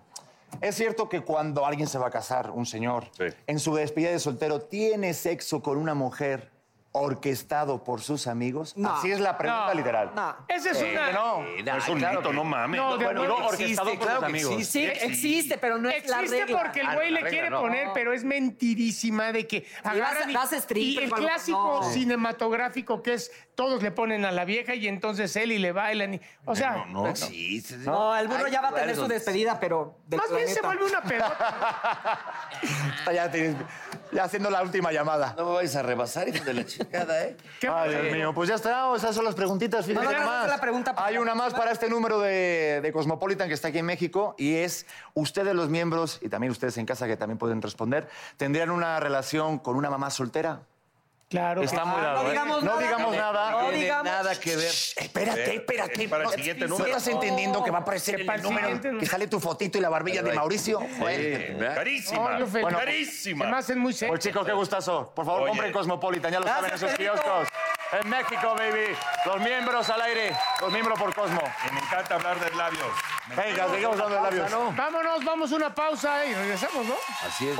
S6: ¿Es cierto que cuando alguien se va a casar, un señor,
S4: Sí.
S6: en su despedida de soltero, tiene sexo con una mujer orquestado por sus amigos?
S2: No.
S6: Así es la pregunta
S5: No,
S6: literal.
S2: no.
S5: Esa es una...
S3: Eh,
S4: No,
S3: nah,
S4: es un
S3: claro
S4: mito,
S3: que-
S4: no mames.
S5: No, de
S3: Bueno,
S5: acuerdo.
S3: no,
S6: orquestado
S3: existe,
S6: por
S3: claro
S6: sus
S3: que
S6: amigos.
S3: existe.
S2: Sí, existe, pero no es la
S5: Existe
S2: regla.
S5: porque el
S3: Ah,
S5: güey
S3: la
S5: le
S3: regla,
S5: quiere
S3: no.
S5: poner, pero es mentirísima de que agarran
S2: vas- vas a stripper
S5: y el
S2: o algo,
S5: clásico
S2: no.
S5: cinematográfico que es todos le ponen a la vieja y entonces él y le bailan y, o sea,
S3: No existe.
S2: No, el burro
S3: Hay
S2: ya va a tener
S3: lugares
S2: su
S3: donde-
S2: despedida, pero del
S5: más bien se
S2: planeta.
S5: vuelve una pedota.
S6: Está ya, te- ya haciendo la última llamada.
S3: No me vais a rebasar, hijo de la chingada, ¿eh?
S5: ¿Qué
S6: Ay,
S5: pasa?
S6: Dios mío, pues ya está, esas son las preguntitas. fíjate
S2: No, no, no,
S6: nada
S2: no,
S6: más.
S2: la pregunta, por
S6: Hay
S2: favor.
S6: una más para este número de, de Cosmopolitan que está aquí en México y es, ustedes los miembros, y también ustedes en casa que también pueden responder, ¿tendrían una relación con una mamá soltera?
S5: Claro. que-
S6: Está muy
S2: no
S6: dado, ¿eh?
S2: digamos
S6: No
S2: nada.
S6: digamos nada.
S2: No
S3: tiene
S2: digamos-
S3: nada que ver.
S6: Shh, espérate, espérate.
S4: es Eh, para el
S6: No-
S4: siguiente
S6: ¿No
S4: número.
S6: estás entendiendo que va a aparecer
S5: Que
S6: en
S5: para
S6: el
S5: el
S6: número
S5: siguiente, ¿no?
S6: que sale tu fotito y la barbilla de
S3: Ahí va.
S6: Mauricio? Joder.
S3: Eh, ¿verdad?
S4: Carísima.
S5: No, yo feliz.
S4: Bueno,
S5: Se me
S4: carísima.
S5: hacen muy
S6: Pues
S5: serios.
S6: chicos, qué gustazo. Por favor,
S4: Oye.
S6: compren Cosmopolitan, ya lo saben,
S2: Gracias,
S6: esos
S2: Pedrito.
S6: kioscos. En México, baby. Los miembros al aire. Los miembros por Cosmo.
S4: Y Me encanta hablar de labios.
S6: Venga, seguimos dando labios.
S5: Vámonos, vamos una pausa y regresamos, ¿no?
S3: Así es.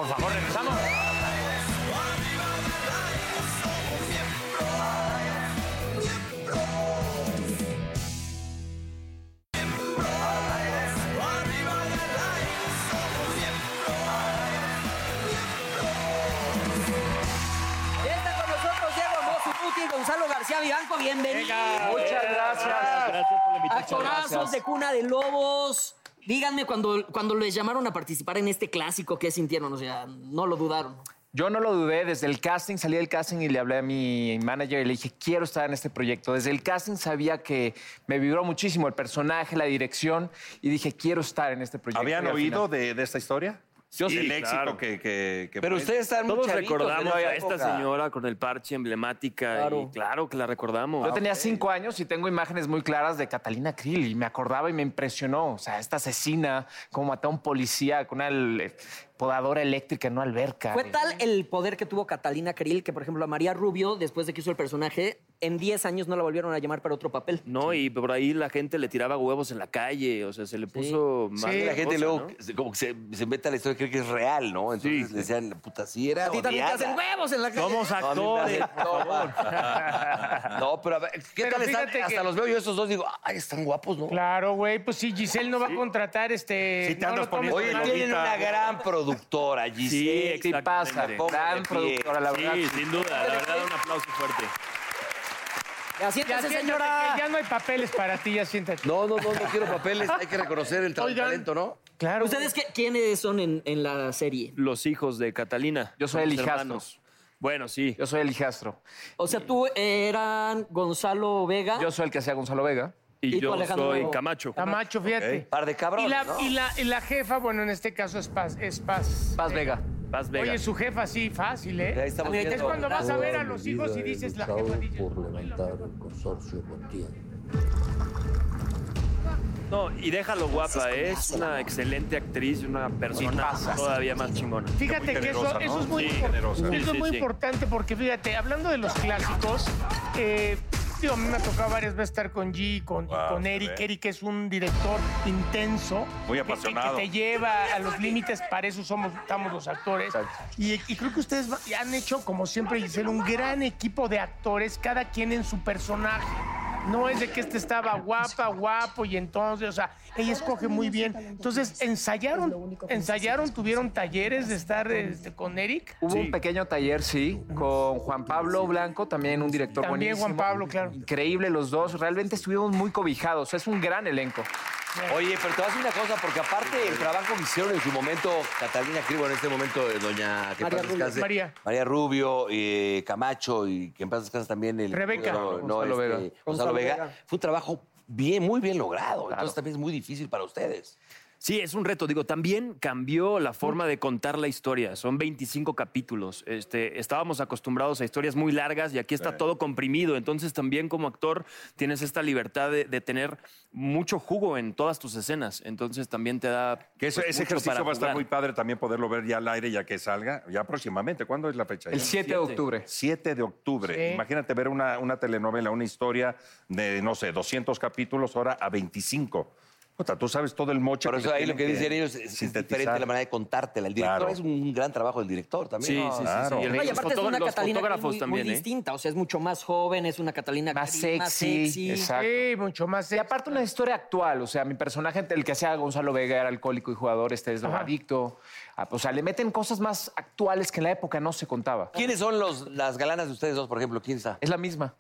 S2: Ya está con nosotros Diego Hermoso Putin, Gonzalo García Vivanco, bienvenido.
S6: Muchas gracias.
S2: Actorazos de Cuna de Lobos. Díganme cuando, cuando les llamaron a participar en este clásico, ¿qué sintieron? O sea, no lo dudaron.
S7: Yo no lo dudé, desde el casting salí del casting y le hablé a mi manager y le dije, quiero estar en este proyecto. Desde el casting sabía que me vibró muchísimo el personaje, la dirección y dije, quiero estar en este proyecto.
S4: ¿Habían
S7: Y al
S4: oído
S7: final-
S4: de, de esta historia?
S8: Yo sí,
S4: El éxito
S8: claro.
S4: que, que, que
S3: Pero
S4: fue.
S3: ustedes están muy
S8: Todos
S3: chavitos de
S8: recordamos
S3: esa
S8: a esta
S3: época.
S8: señora con el parche emblemática
S2: Claro.
S8: y claro que la recordamos.
S4: Ah,
S7: Yo
S3: Ah,
S7: tenía cinco años y tengo imágenes muy claras de Catalina Krill y me acordaba y me impresionó. O sea, esta asesina, cómo mató a un policía con una... podadora eléctrica, no alberca.
S2: Fue tal el poder que tuvo Catalina Krill que, por ejemplo, a María Rubio, después de que hizo el personaje, en 10 años no la volvieron a llamar para otro papel.
S8: No, y por ahí la gente le tiraba huevos en la calle, o sea, se le puso mal
S3: la gente luego se- como que se, se mete a la historia y cree que es real, ¿no? Entonces le decían, puta, sí era
S2: A ti también te
S3: odiada".
S2: hacen huevos en la calle.
S3: Somos actores, No, pero a ver, ¿qué
S5: Pero
S3: tal están?
S5: fíjate
S3: Hasta
S5: que-
S3: los veo yo esos dos digo, ay, están guapos, ¿no?
S5: Claro, güey, pues sí, Giselle no va a contratar este.
S4: Sí, te
S5: no
S4: andas
S5: lo tomes
S4: poniendo
S5: tan
S3: Oye,
S5: mal.
S3: tienen
S4: Lolita.
S3: una gran productora, Giselle.
S7: Sí, pasa.
S3: Pongo de
S7: Gran
S3: pie.
S7: productora, la verdad.
S8: Sí, sin duda, la verdad, un aplauso fuerte.
S2: Ya
S5: Ya,
S2: siéntese,
S5: siéntate,
S2: señora.
S5: que ya no hay papeles para ti, ya siéntate.
S3: No, no, no, no quiero papeles. Hay que reconocer el, tra- el
S5: Oigan.
S3: talento, ¿no?
S5: Claro.
S2: ¿Ustedes qué- quiénes son en, en la serie?
S8: Los hijos de Catalina.
S7: Yo soy
S8: Son
S7: el
S8: los
S7: hijastro.
S8: hermanos. Bueno, sí.
S7: Yo soy el hijastro.
S2: O sea, tú eran Gonzalo Vega.
S7: Yo soy el que hacía Gonzalo Vega.
S8: Y,
S2: ¿Y tú,
S8: yo
S2: Alejandro?
S8: soy Camacho.
S5: Camacho, fíjate.
S3: Par de cabrones,
S5: Y la,
S3: ¿no?
S5: y, la, y la jefa, bueno, en este caso es Paz. Es Paz. eh,
S7: Paz Vega.
S8: Paz Vega.
S5: Oye, su jefa sí, fácil, ¿eh?
S3: Ahí estamos
S5: Mira, es
S3: viendo.
S5: cuando vas a ver a los hijos y dices, la jefa dice...
S8: No, y déjalo guapa, ¿eh? es una excelente actriz y una persona todavía más chingona.
S5: Fíjate que eso,
S4: generosa, ¿no?
S5: eso es muy,
S4: Sí,
S5: impor-
S4: generosa.
S5: eso es
S8: Sí,
S5: muy
S8: sí.
S5: importante porque fíjate, hablando de los clásicos, eh, digo, a mí me ha tocado varias veces estar con G, con,
S4: Wow,
S5: con
S4: se
S5: Eric.
S4: ve.
S5: Eric es un director intenso.
S4: Muy
S5: que- que-
S4: apasionado.
S5: Que, te lleva a los límites, para eso somos, estamos los actores. Y, y creo que ustedes va- han hecho, como siempre, Giselle, un gran equipo de actores, cada quien en su personaje. No es de que este estaba guapa, guapo y entonces, o sea, ella escoge muy bien. Entonces, ensayaron, ensayaron, tuvieron talleres de estar este, con Eric.
S7: Hubo un pequeño taller, sí, con Juan Pablo Blanco, también un director
S5: También
S7: buenísimo.
S5: Juan Pablo, claro.
S7: Increíble los dos. Realmente estuvimos muy cobijados. Es un gran elenco.
S3: Oye, pero te vas a decir una cosa, porque aparte el trabajo que hicieron en su momento Catalina Cribo, en este momento eh, doña que en
S2: María
S3: paz
S2: Rubio.
S3: descanse,
S5: María.
S3: María Rubio, eh, Camacho y que en paz descanse también el...
S5: Rebeca.
S3: No, no,
S7: Gonzalo
S3: este,
S7: Vega.
S3: Gonzalo
S2: Gonzalo
S3: Vega.
S2: Vega.
S3: Fue un trabajo bien, muy bien logrado. Entonces también es muy difícil para ustedes.
S8: Sí, es un reto. Digo, también cambió la forma de contar la historia. Son 25 capítulos. Este, estábamos acostumbrados a historias muy largas y aquí está todo comprimido. Entonces también como actor tienes esta libertad de, de tener mucho jugo en todas tus escenas. Entonces también te da...
S4: Que eso-
S8: pues,
S4: ese
S8: mucho para
S4: ejercicio va a estar
S8: jugar.
S4: muy padre también poderlo ver ya al aire, ya que salga, ya próximamente. ¿Cuándo es la fecha?
S7: El
S4: Ya?
S7: 7 de octubre.
S4: 7 de octubre.
S5: Sí.
S4: Imagínate ver una, una telenovela, una historia de, no sé, 200 capítulos, ahora a 25. Puta, tú sabes todo el moche.
S3: Por
S4: le
S3: eso ahí lo
S4: tienen
S3: que dicen ellos es, es
S4: sintetizar.
S3: diferente la manera de contártela. El director
S4: Claro.
S3: es un gran trabajo del director también.
S8: Sí, sí, sí, sí.
S4: Claro.
S8: Y el-
S2: No, y
S8: los
S2: aparte es
S8: fotógrafos-
S2: una
S8: los
S2: Catalina Krill
S8: fotógrafos
S2: muy, muy
S8: también, ¿eh?
S2: distinta. O sea, es mucho más joven, es una Catalina
S7: Más
S2: Krill
S7: sexy.
S2: más sexy.
S7: Exacto.
S5: Sí, mucho más.
S7: Y aparte una historia actual, o sea, mi personaje, el que hacía Gonzalo Vega, era alcohólico y jugador, este es drogadicto. Ah, O sea, le meten cosas más actuales que en la época no se contaba.
S3: ¿Quiénes son los, las galanas de ustedes dos, por ejemplo? ¿Quién está?
S7: Es la misma.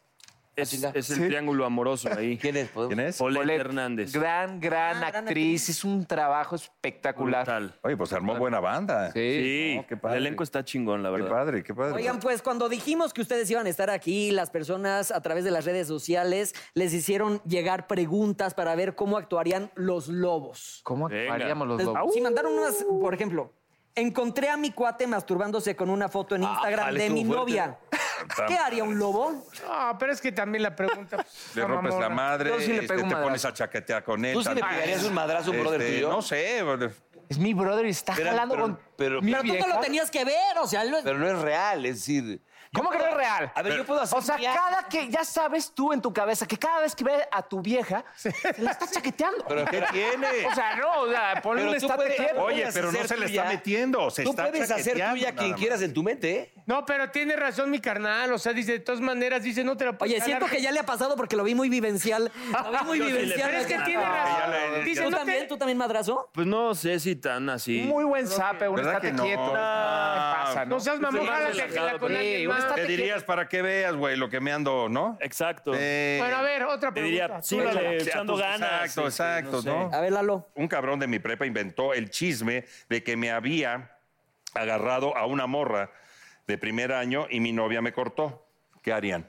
S8: Es, es el triángulo amoroso ahí.
S3: ¿Quién es? ¿Podemos-
S4: ¿Quién es?
S8: Paulette
S7: Colette,
S8: Hernández.
S7: Gran, gran
S2: Ah, gran
S7: actriz. Es un trabajo espectacular.
S8: Brutal.
S4: Oye, pues armó buena banda.
S7: Sí.
S8: Sí,
S4: No, qué
S8: el
S4: padre.
S8: elenco está chingón, la
S4: Qué
S8: verdad.
S4: padre, qué padre.
S2: Oigan, pues cuando dijimos que ustedes iban a estar aquí, las personas a través de las redes sociales les hicieron llegar preguntas para ver cómo actuarían los lobos.
S7: ¿Cómo
S8: Venga.
S7: actuaríamos los
S2: Entonces,
S7: dos?
S2: Si mandaron unas, por ejemplo, encontré a mi cuate masturbándose con una foto en Instagram
S3: vale,
S2: de mi
S3: estuvo fuerte.
S2: novia. ¿Qué haría un lobo?
S5: No, Ah, pero es que también la pregunta... pues,
S4: Le
S5: está
S4: rompes la
S5: mamona.
S4: madre,
S7: Yo sí le
S4: este,
S7: pego un
S4: te pones
S7: madrazo.
S4: a chaquetear con él.
S3: ¿Tú sí le
S4: también. Este,
S3: pegarías un madrazo a un brother tuyo?
S4: No sé.
S7: Es mi brother y está
S3: Pero-
S7: jalando
S3: pero-
S7: con
S3: pero-
S7: mi
S2: Pero tú no
S7: vieja.
S2: lo tenías que ver, o sea, lo-
S3: Pero no es real, es decir...
S7: ¿Cómo que no es real?
S3: A ver, yo puedo hacer...
S7: O sea,
S3: un día-
S7: cada que ya sabes tú en tu cabeza que cada vez que ve a tu vieja, se la está chaqueteando.
S3: ¿Pero qué tiene?
S7: O sea, no, o sea, ponle
S3: Pero
S7: un
S3: tú
S7: estate
S3: puedes-
S7: quieto.
S3: Oye,
S4: Oye, pero no
S3: hacer
S4: se le está
S3: tuya.
S4: metiendo. Se
S3: Tú
S4: está
S3: puedes hacer
S4: chaqueteando
S3: tuya
S4: nada
S3: quien
S4: más.
S3: quieras en tu mente, ¿eh?
S5: No, pero tiene razón mi carnal. O sea, dice, de todas maneras, dice, no te la puedes
S2: Oye, siento
S5: jalar.
S2: que ya le ha pasado porque lo vi muy vivencial. Lo vi muy
S8: Yo sí le
S2: vivencial.
S5: Pero es que tiene
S4: ya
S5: razón.
S4: le-
S5: dice,
S2: ¿Tú
S5: no
S2: también,
S5: te...
S2: tú también madrazo?
S8: Pues no sé si tan así.
S7: Muy buen zape, un
S4: ¿Verdad
S7: estate
S4: que no?
S7: quieto.
S4: No.
S7: pasa, ¿no?
S5: Ah, No seas mamón,
S8: más
S5: jálate
S8: relajado,
S5: jala con
S8: pero-
S5: alguien
S7: Sí, un
S5: más.
S7: estate-
S4: Te dirías para que veas, güey, lo que me ando, ¿no?
S8: Exacto.
S4: Eh,
S5: Bueno, a ver, otra
S8: Te
S5: pregunta.
S8: diría,
S5: Tú, échala.
S8: súbale, echando ganas.
S4: Exacto,
S8: este,
S4: exacto,
S8: sé.
S4: ¿no?
S2: A ver, Lalo.
S4: un cabrón de mi prepa inventó el chisme de que me había agarrado a una morra de primer año y mi novia me cortó. ¿Qué harían?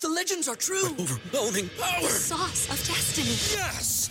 S9: The legends are true. overwhelming power! The sauce of destiny. Yes!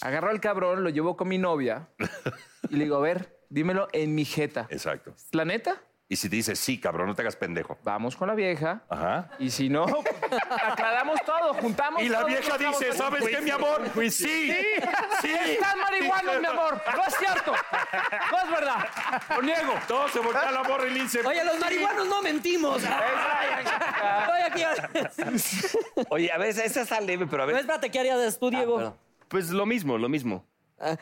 S7: Agarró al cabrón, lo llevó con mi novia y le digo, a ver, dímelo en mi jeta.
S4: Exacto.
S7: ¿La neta?
S4: Y si te dice sí, cabrón, no te hagas pendejo.
S7: Vamos con la vieja.
S4: Ajá.
S7: Y si no, pues, aclaramos todo, juntamos.
S4: Y la
S7: todo,
S4: vieja
S7: juntamos
S4: dice,
S7: todo.
S4: ¿sabes qué, mi amor? Pues sí, sí.
S7: Están marihuanos, mi amor. No es cierto. No es verdad. Lo niego.
S4: Todo se voltea la borra y le dice.
S2: Oye, los marihuanos no mentimos. Estoy aquí.
S3: Oye, a ver, esa- esa está leve, pero a ver.
S2: No, espérate, ¿qué harías
S7: Ah,
S2: tú, Diego?
S8: Pues lo mismo, lo mismo.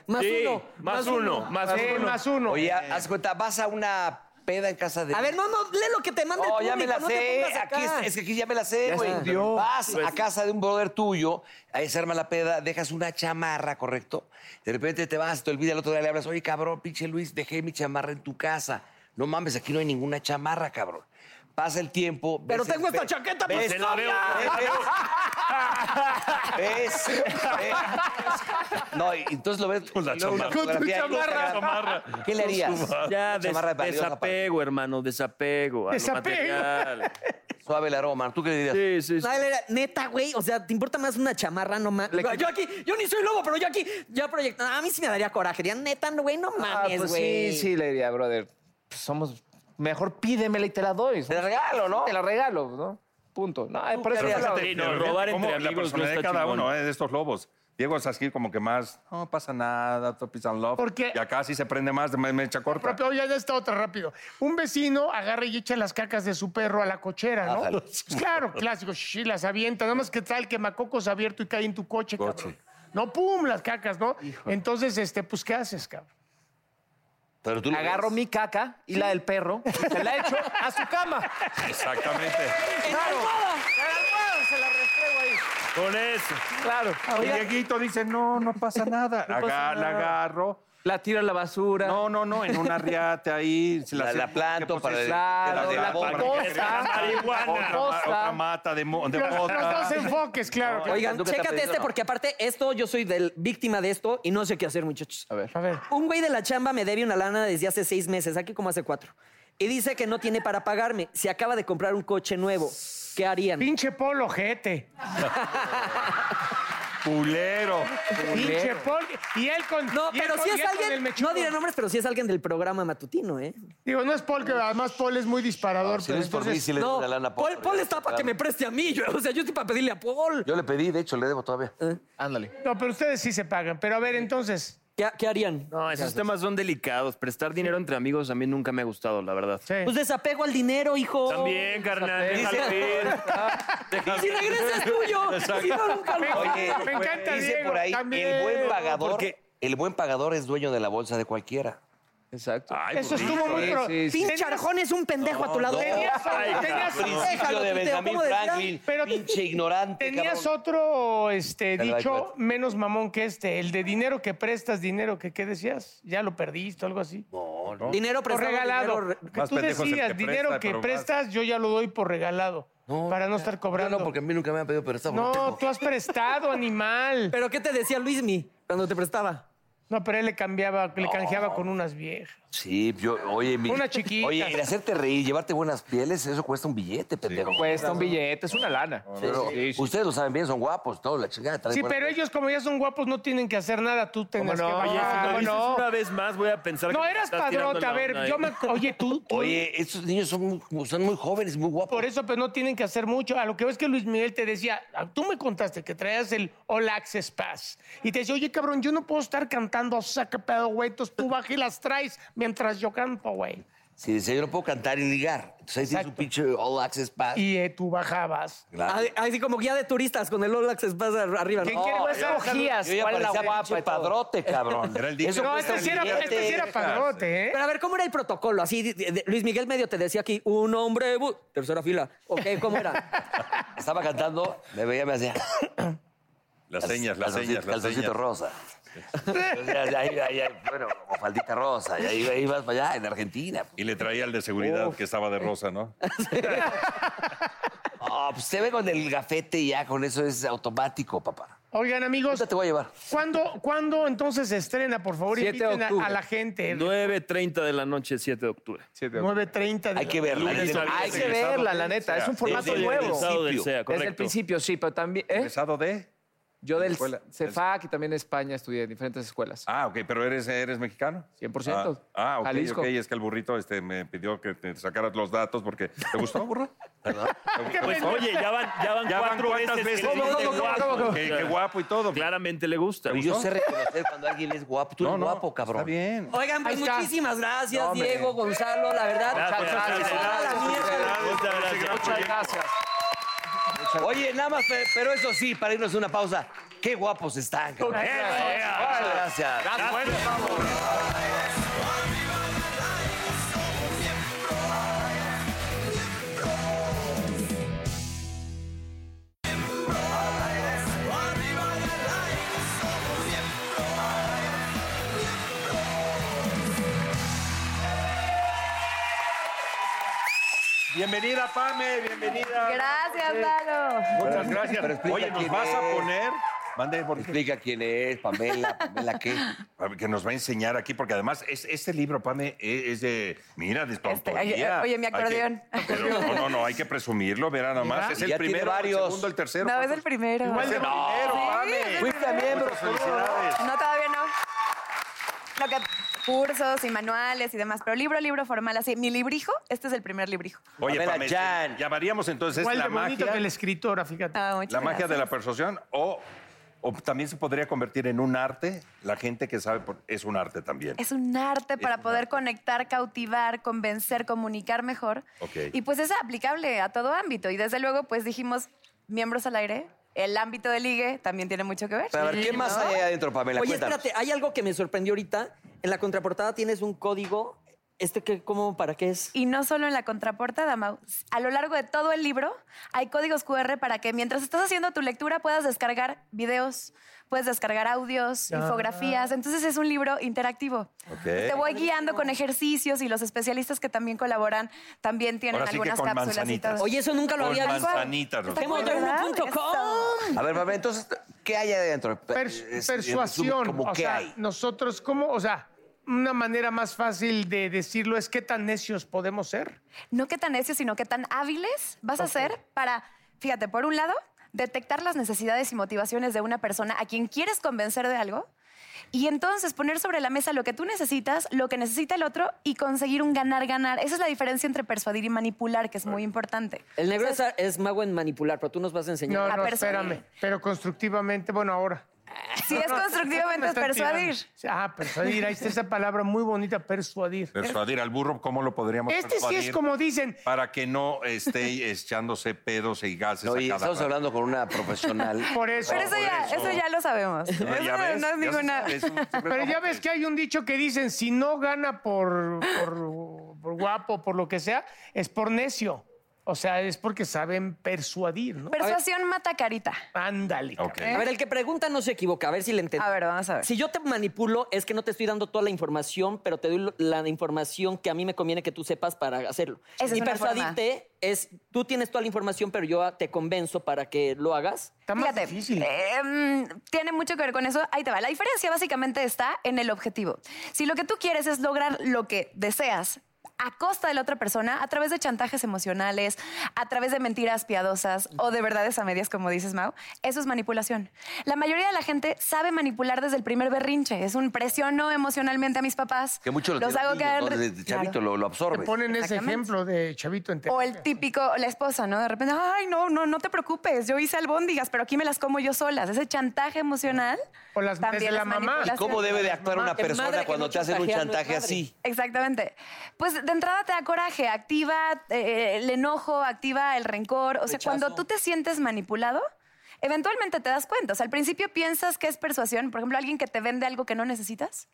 S2: más
S8: Sí,
S2: uno.
S8: Más, uno, más
S5: Sí,
S8: uno.
S5: más uno.
S3: Oye, haz cuenta, vas a una peda en casa de.
S2: A ver, no, no, lee lo que te manda
S3: Oh,
S2: el público.
S3: ya me la
S2: no
S3: sé.
S2: te pongas
S3: Aquí
S2: acá.
S3: es, es que aquí ya me la sé,
S7: Ya
S3: güey.
S7: se entendió.
S3: Vas
S8: Pues-
S3: a casa de un brother tuyo, ahí se arma la peda, dejas una chamarra, ¿correcto? De repente te vas, te olvidas, el otro día le hablas, oye, cabrón, pinche Luis, dejé mi chamarra en tu casa. No mames, aquí no hay ninguna chamarra, cabrón. Pasa el tiempo.
S2: Pero
S3: ves el
S2: tengo esta
S3: pe-
S2: chaqueta,
S3: ves-
S2: pues,
S3: ves-
S2: todavía.
S3: ves- ves- No, y entonces lo ves con la
S4: chamarra. Con tu chamarra.
S3: ¿Qué le harías?
S8: Ya,
S3: Una
S8: des-
S3: chamarra valiosa,
S8: desapego, hermano, desapego. a lo
S5: Desapego.
S8: material.
S3: pa- Suave el aroma. ¿Tú qué le dirías?
S8: Sí, sí, sí.
S2: Ay, mira, Neta, güey, o sea, ¿te importa más una chamarra? No mames. Yo aquí, yo ni soy lobo, pero yo aquí ya proyecto. A mí sí me daría coraje. Diría, neta, no, güey, no
S7: Ah,
S2: mames,
S7: pues
S2: güey.
S7: sí, sí, le diría, brother. pues somos. Mejor pídemela y te la doy.
S3: Te la regalo, ¿no?
S7: Te la regalo, ¿no? Punto. No, por eso.
S8: harías?
S7: no la
S8: Sí, no, robar
S4: ¿Cómo
S8: entre
S4: la
S8: amigos no
S4: personalidad de
S8: está
S4: cada
S8: chingón.
S4: uno eh, de estos lobos. Diego es así como que más, no pasa nada, top is and love.
S5: ¿Por qué?
S4: Y acá sí se prende más de me- mecha corta.
S5: Propio, ya está otra rápido. Un vecino agarra y echa las cacas de su perro a la cochera, ¿no?
S3: Ájale.
S5: Pues claro, clásico, sí, las avienta. Nada más que tal que macocos abierto y cae en tu coche,
S4: Coche.
S5: cabrón. No, pum, las cacas, ¿no? Entonces, este, pues, ¿qué haces, cabrón?
S3: Pero tú lo
S7: Agarro
S3: ves.
S7: mi caca y la del perro. y Se la echo a su cama.
S4: Exactamente.
S7: Claro. Se la restrego ahí.
S8: Con eso.
S7: Claro.
S4: Y Dieguito dice, no, no pasa nada. Aga- La agarro.
S7: La tiro a la basura.
S4: No, no, no, en un arriate ahí. se
S3: La- la planto
S4: que, pues,
S3: para-
S4: es-
S7: Claro,
S3: de la
S7: la
S3: boca,
S7: composta.
S4: otra, ma- otra mata de, mo- de
S5: Los, los
S4: mota.
S5: dos enfoques, claro. claro.
S2: Oigan,
S3: ¿Tú qué te
S2: chécate
S3: apellido,
S2: este,
S3: no?
S2: porque aparte, esto, yo soy del, víctima de esto y no sé qué hacer, muchachos.
S5: A ver.
S2: Un güey de la chamba me debe una lana desde hace seis meses, aquí como hace cuatro. Y dice que no tiene para pagarme. Se acaba de comprar un coche nuevo. ¿Qué harían?
S5: Pinche polo, jete.
S4: Culero.
S5: Pinche polo. Y él con.
S2: No,
S5: y él
S2: pero
S5: con-
S2: si
S5: y
S2: es
S5: él con el
S2: alguien.
S5: mechudo.
S2: No diré nombres, pero si es alguien del programa matutino, ¿eh?
S5: Digo, no es Paul, que además Paul es muy disparador.
S3: Si
S5: pero
S3: no es por mí,
S5: entonces-
S3: sí le doy
S2: No,
S3: la lana a
S2: Paul, Paul está para que me preste a mí. Yo, o sea, yo estoy para pedirle a Paul. ¿Eh?
S3: Yo le pedí, de hecho, le debo todavía.
S7: Ándale.
S5: No, pero ustedes sí se pagan. Pero a ver, entonces.
S2: ¿Qué, qué harían?
S8: No, esos temas son delicados. Prestar dinero entre amigos a mí nunca me ha gustado, la verdad.
S5: Sí.
S2: Pues desapego al dinero, hijo.
S8: También, carnal,
S2: Oh, Dice-
S8: déjalo ir.
S2: Si regresa es tuyo. Si no, nunca lo
S5: Oye,
S3: Oye,
S5: Me encanta,
S3: dice
S5: Diego,
S3: por ahí, el
S5: también.
S3: buen pagador,
S5: Porque-
S3: el buen pagador es dueño de la bolsa de cualquiera.
S7: Exacto.
S4: Ay,
S3: pues,
S2: pues,
S5: Eso
S4: bonito,
S5: estuvo muy.
S4: eh.
S5: pro-
S7: sí, sí.
S2: Pinche Arjón es un pendejo a tu lado.
S5: Tenías, tenías-
S3: Principio de
S2: Déjalo, Titeo,
S3: Benjamín
S2: ¿cómo decía?
S3: Franklin,
S5: Pero-
S3: pinche ignorante.
S5: tenías
S3: cabrón.
S5: otro este,
S3: Verdad,
S5: dicho
S3: verdad.
S5: menos mamón que este, el de dinero que prestas, dinero que qué decías, ya lo perdiste, algo así.
S2: Dinero
S5: Por
S2: prestado.
S5: regalado.
S2: dinero re-
S5: Que
S4: Más
S5: tú
S4: pendejo es el
S5: decías,
S4: que presta,
S5: dinero que
S4: pero más-
S5: prestas, yo ya lo doy por regalado.
S3: No,
S5: para no estar cobrando.
S3: No, no, porque a mí nunca me han pedido, pero está
S5: No,
S3: bonito.
S5: tú has prestado, animal.
S2: ¿Pero qué te decía Luismi cuando te prestaba?
S5: No, pero él le cambiaba, le canjeaba con unas viejas.
S3: Sí, yo, oye, mi.
S7: Una chiquita.
S3: Oye, el hacerte reír, llevarte buenas pieles, eso cuesta un billete, pendejo.
S7: Cuesta un billete, es una lana.
S3: Pero
S7: Sí, sí.
S3: ustedes lo saben bien, son guapos, todo, la chingada. traen
S5: Sí,
S3: buena-
S5: pero ellos, como ya son guapos, no tienen que hacer nada. Tú tenés que
S8: no? Oye,
S5: bajar,
S8: si lo
S5: ¿cómo
S8: dices
S5: no?
S8: una vez más, voy a pensar que
S5: No,
S8: me
S5: eras
S8: estás tirando
S5: padrota.
S8: la
S5: A ver,
S8: onda,
S5: yo
S8: ¿eh?
S5: me. Oye, tú. tú-
S3: Oye, estos niños son muy, son muy jóvenes, muy guapos.
S5: Por eso, pues no tienen que hacer mucho. A lo que ves que Luis Miguel te decía, ah, tú me contaste que traías el All Access Pass. Y te decía, oye, cabrón, yo no puedo estar cantando, saca pedo, güey. Entonces tú baja y las traes mientras yo canto, güey.
S3: Si decía, yo no puedo cantar y ligar. Entonces ahí tienes un pinche All Access Pass.
S5: Y eh, tú bajabas.
S3: Claro.
S2: Ay, Así como guía de turistas con el Olax pasa arriba. ¿no?
S5: ¿Quién quiere más
S3: Oh, Yo ya parecía pinche padrote, cabrón. Eso
S5: No,
S3: cuesta
S5: este sí era,
S3: billete.
S5: este sí era padrote, ¿eh?
S2: Pero a ver, ¿cómo era el protocolo? Así, de- de- Luis Miguel medio te decía aquí, un hombre, bu- tercera fila. Ok, ¿cómo era?
S3: Estaba cantando, me veía, me hacía...
S4: Las señas, las
S3: calzoncito-
S4: señas, las
S3: Calzoncito
S4: señas.
S3: rosa. Entonces, ahí- ahí- ahí, bueno, o faldita rosa. Y ahí, ahí vas para allá, en Argentina.
S4: Y le traía al de seguridad que estaba de rosa, ¿no?
S3: Ah, pues te ve con el gafete y ya, con eso es automático, papá.
S5: Oigan, amigos,
S3: Ahorita te voy a llevar.
S5: ¿cuándo, ¿cuándo entonces se estrena? Por favor,
S8: 7 de
S5: inviten a- a,
S8: octubre.
S5: la gente.
S8: 9.30 de la noche, 7 de octubre.
S5: 9.30. de-
S3: Hay que verla.
S8: Lunes a
S7: Hay que verla, la neta. Es un formato
S3: desde el
S7: nuevo.
S3: principio.
S8: Egresado del SEA,
S7: Desde el
S8: correcto.
S7: principio, sí, pero también. ¿eh?
S4: ¿Pesado de?
S7: Yo del
S4: Escuela.
S7: CEFAC y también en España estudié en diferentes escuelas.
S4: Ah, ok, pero eres, eres mexicano.
S7: 100%.
S4: Ah, ah, ok,
S7: Jalisco.
S4: ok. Es que el burrito este, me pidió que te sacaras los datos porque. ¿Te gustó, burro?
S8: Pues, oye, ya van, ya van
S4: Ya van
S8: cuatro
S4: cuántas
S8: veces. que
S4: veces
S8: le
S4: dices,
S8: dicen
S4: "Qué guapo,
S8: guapo".
S4: Qué, qué guapo y todo.
S8: Claramente le gusta.
S3: Pero yo sé reconocer cuando alguien es guapo. Tú eres
S4: No, no,
S3: guapo, cabrón.
S4: Está bien.
S2: Oigan, pues
S5: Ahí está.
S2: muchísimas gracias,
S4: No, hombre.
S2: Diego, Gonzalo, la verdad.
S8: Gracias,
S2: se
S8: gracias,
S2: van a la
S8: gracias,
S2: mierda.
S8: Muchas gracias.
S7: Muchas gracias.
S3: Oye, nada más, pe- pero eso sí, para irnos a una pausa. Qué guapos están. cabrón. Muchas gracias.
S4: Bienvenida, Pame, bienvenida. Eh,
S10: Gracias, Lalo.
S4: Muchas gracias.
S3: Pero explica
S4: Oye, nos
S3: quién
S4: vas a
S3: es.
S4: poner. Mande, porque
S3: Explica quién es, Pamela, Pamela qué.
S4: A ver, que nos va a enseñar aquí, porque además es, este libro, Pame, e- es de. Mira, de
S10: oye,
S4: espantoría.
S10: Este, oye, mi
S4: Hay que-
S10: acordeón.
S4: pero no, no, no, hay que presumirlo, verá nada más.
S3: Mira,
S4: Es
S3: y
S4: el
S3: ya tiene
S4: primero,
S3: varios.
S4: el segundo, el tercero.
S10: No, es el primero.
S4: Es el primero,
S10: Sí,
S4: Pame.
S10: es el
S3: Fuiste
S10: primero.
S3: miembro,
S4: Muchas felicidades.
S10: No, todavía no. Lo que- cursos y manuales y demás, pero libro, libro formal, así. Mi librijo, este es el primer librijo.
S4: Oye,
S3: Pamela
S4: Pame,
S3: Jan.
S4: llamaríamos entonces
S5: Igual
S4: la
S5: de bonito
S4: magia,
S5: que la escritora, fíjate.
S10: Ah, muchas
S4: la magia de
S10: gracias.
S4: la persuasión o, o también se podría convertir en un arte. La gente que sabe por- es un arte también.
S10: Es un arte para poder conectar, cautivar, convencer, comunicar mejor.
S4: Ok.
S10: Y pues es aplicable a todo ámbito. Y desde luego, pues dijimos, miembros al aire, el ámbito de ligue también tiene mucho que ver.
S3: Pero a ver, ¿qué
S10: ¿no?
S3: más hay ahí adentro, Pamela?
S2: Oye,
S3: Cuéntanos.
S2: espérate, hay algo que me sorprendió ahorita. En la contraportada tienes un código. ¿Este qué, cómo, para qué es?
S10: Y no solo en la contraportada, Mau. A lo largo de todo el libro hay códigos QR para que mientras estás haciendo tu lectura puedas descargar videos, puedes descargar audios,
S2: Ah.
S10: infografías. Entonces es un libro interactivo. Te voy guiando con ejercicios y los especialistas que también colaboran también tienen
S4: Ahora sí que
S10: algunas
S4: con
S10: cápsulas y
S4: manzanitas.
S10: todo.
S2: Oye, eso nunca lo
S4: Con
S2: había visto.
S4: manzanitas. nos-
S10: Está cool, ¿verdad? Eso.
S3: A ver, Pamela, entonces, ¿qué hay ahí adentro? Este, Pe-
S4: eh,
S5: Per-
S3: es-
S5: persuasión.
S3: ¿Cómo
S5: o
S3: qué
S5: sea,
S3: hay?
S5: nosotros, ¿cómo? O sea, una manera más fácil de decirlo es qué tan necios podemos ser.
S10: no qué tan necios, sino qué tan hábiles vas a ser para, fíjate, por un lado, detectar las necesidades y motivaciones de una persona a quien quieres convencer de algo. Y entonces poner sobre la mesa lo que tú necesitas, lo que necesita el otro y conseguir un ganar-ganar. Esa es la diferencia entre persuadir y manipular, que es muy importante.
S2: El negro es, es mago en manipular, pero tú nos vas a enseñar.
S5: No,
S10: A
S5: no,
S10: persuadir.
S5: espérame. Pero constructivamente, bueno, ahora.
S10: Ah, Si es constructivamente
S5: Me
S10: es
S5: están
S10: persuadir.
S5: tirando. Ah, persuadir. Ahí está esa palabra muy bonita, persuadir.
S4: Persuadir al burro, ¿cómo lo podríamos
S5: Este sí es
S4: persuadir
S5: como dicen.
S4: Para que no esté echándose pedos y gases
S3: Oye,
S4: a cada
S3: estamos
S4: rato.
S3: hablando con una profesional.
S5: Por eso.
S10: Pero eso ya, eso ya lo sabemos. Eso
S4: ¿Ya ves?
S10: no
S4: Ya
S10: es
S4: se
S10: ninguna...
S4: sabe, es un-
S5: Pero ya ves que hay un dicho que dicen, si no gana por, por, por guapo, por lo que sea, es por necio. O sea, es porque saben persuadir, ¿no?
S10: Persuasión mata carita.
S5: Ándale.
S10: ¿Eh?
S2: A ver, el que pregunta no se equivoca, a ver si le entendí. A ver,
S10: vamos a ver.
S2: Si yo te manipulo, es que no te estoy dando toda la información, pero te doy lo- la información que a mí me conviene que tú sepas para hacerlo.
S10: Esa es
S2: y
S10: una
S2: persuadirte es, tú tienes toda la información, pero yo te convenzo para que lo hagas.
S10: Fíjate, eh, mm, tiene mucho que ver con eso. Ahí te va. La diferencia básicamente está en el objetivo. Si lo que tú quieres es lograr lo que deseas a costa de la otra persona, a través de chantajes emocionales, a través de mentiras piadosas o de verdades a medias, como dices, Mau, eso es manipulación. La mayoría de la gente sabe manipular desde el primer berrinche. Es un presiono emocionalmente a mis papás.
S3: Que mucho lo
S10: los
S3: tienen
S10: hago
S3: los niños,
S10: caer...
S3: ¿no? Desde chavito
S10: Claro.
S3: lo, lo absorbe.
S5: Te ponen ese
S10: Exactamente.
S5: ejemplo de chavito en
S10: O el típico, la esposa, ¿no? De repente, ay, no, no, no te preocupes, yo hice albóndigas, pero aquí me las como yo solas. Ese chantaje emocional.
S5: O las
S10: también es
S3: ¿Y
S10: manipulación.
S3: cómo debe de actuar una
S10: Qué madre
S3: persona
S10: que
S3: cuando
S10: no
S3: te hacen un
S10: chantajea a mi
S3: chantaje
S10: madre.
S3: así?
S10: Exactamente. Pues de entrada te da coraje, activa eh, el enojo, activa el rencor. O sea,
S11: Rechazo.
S10: cuando tú te sientes manipulado, eventualmente te das cuenta. O sea, al principio piensas que es persuasión. Por ejemplo, alguien que te vende algo que no necesitas,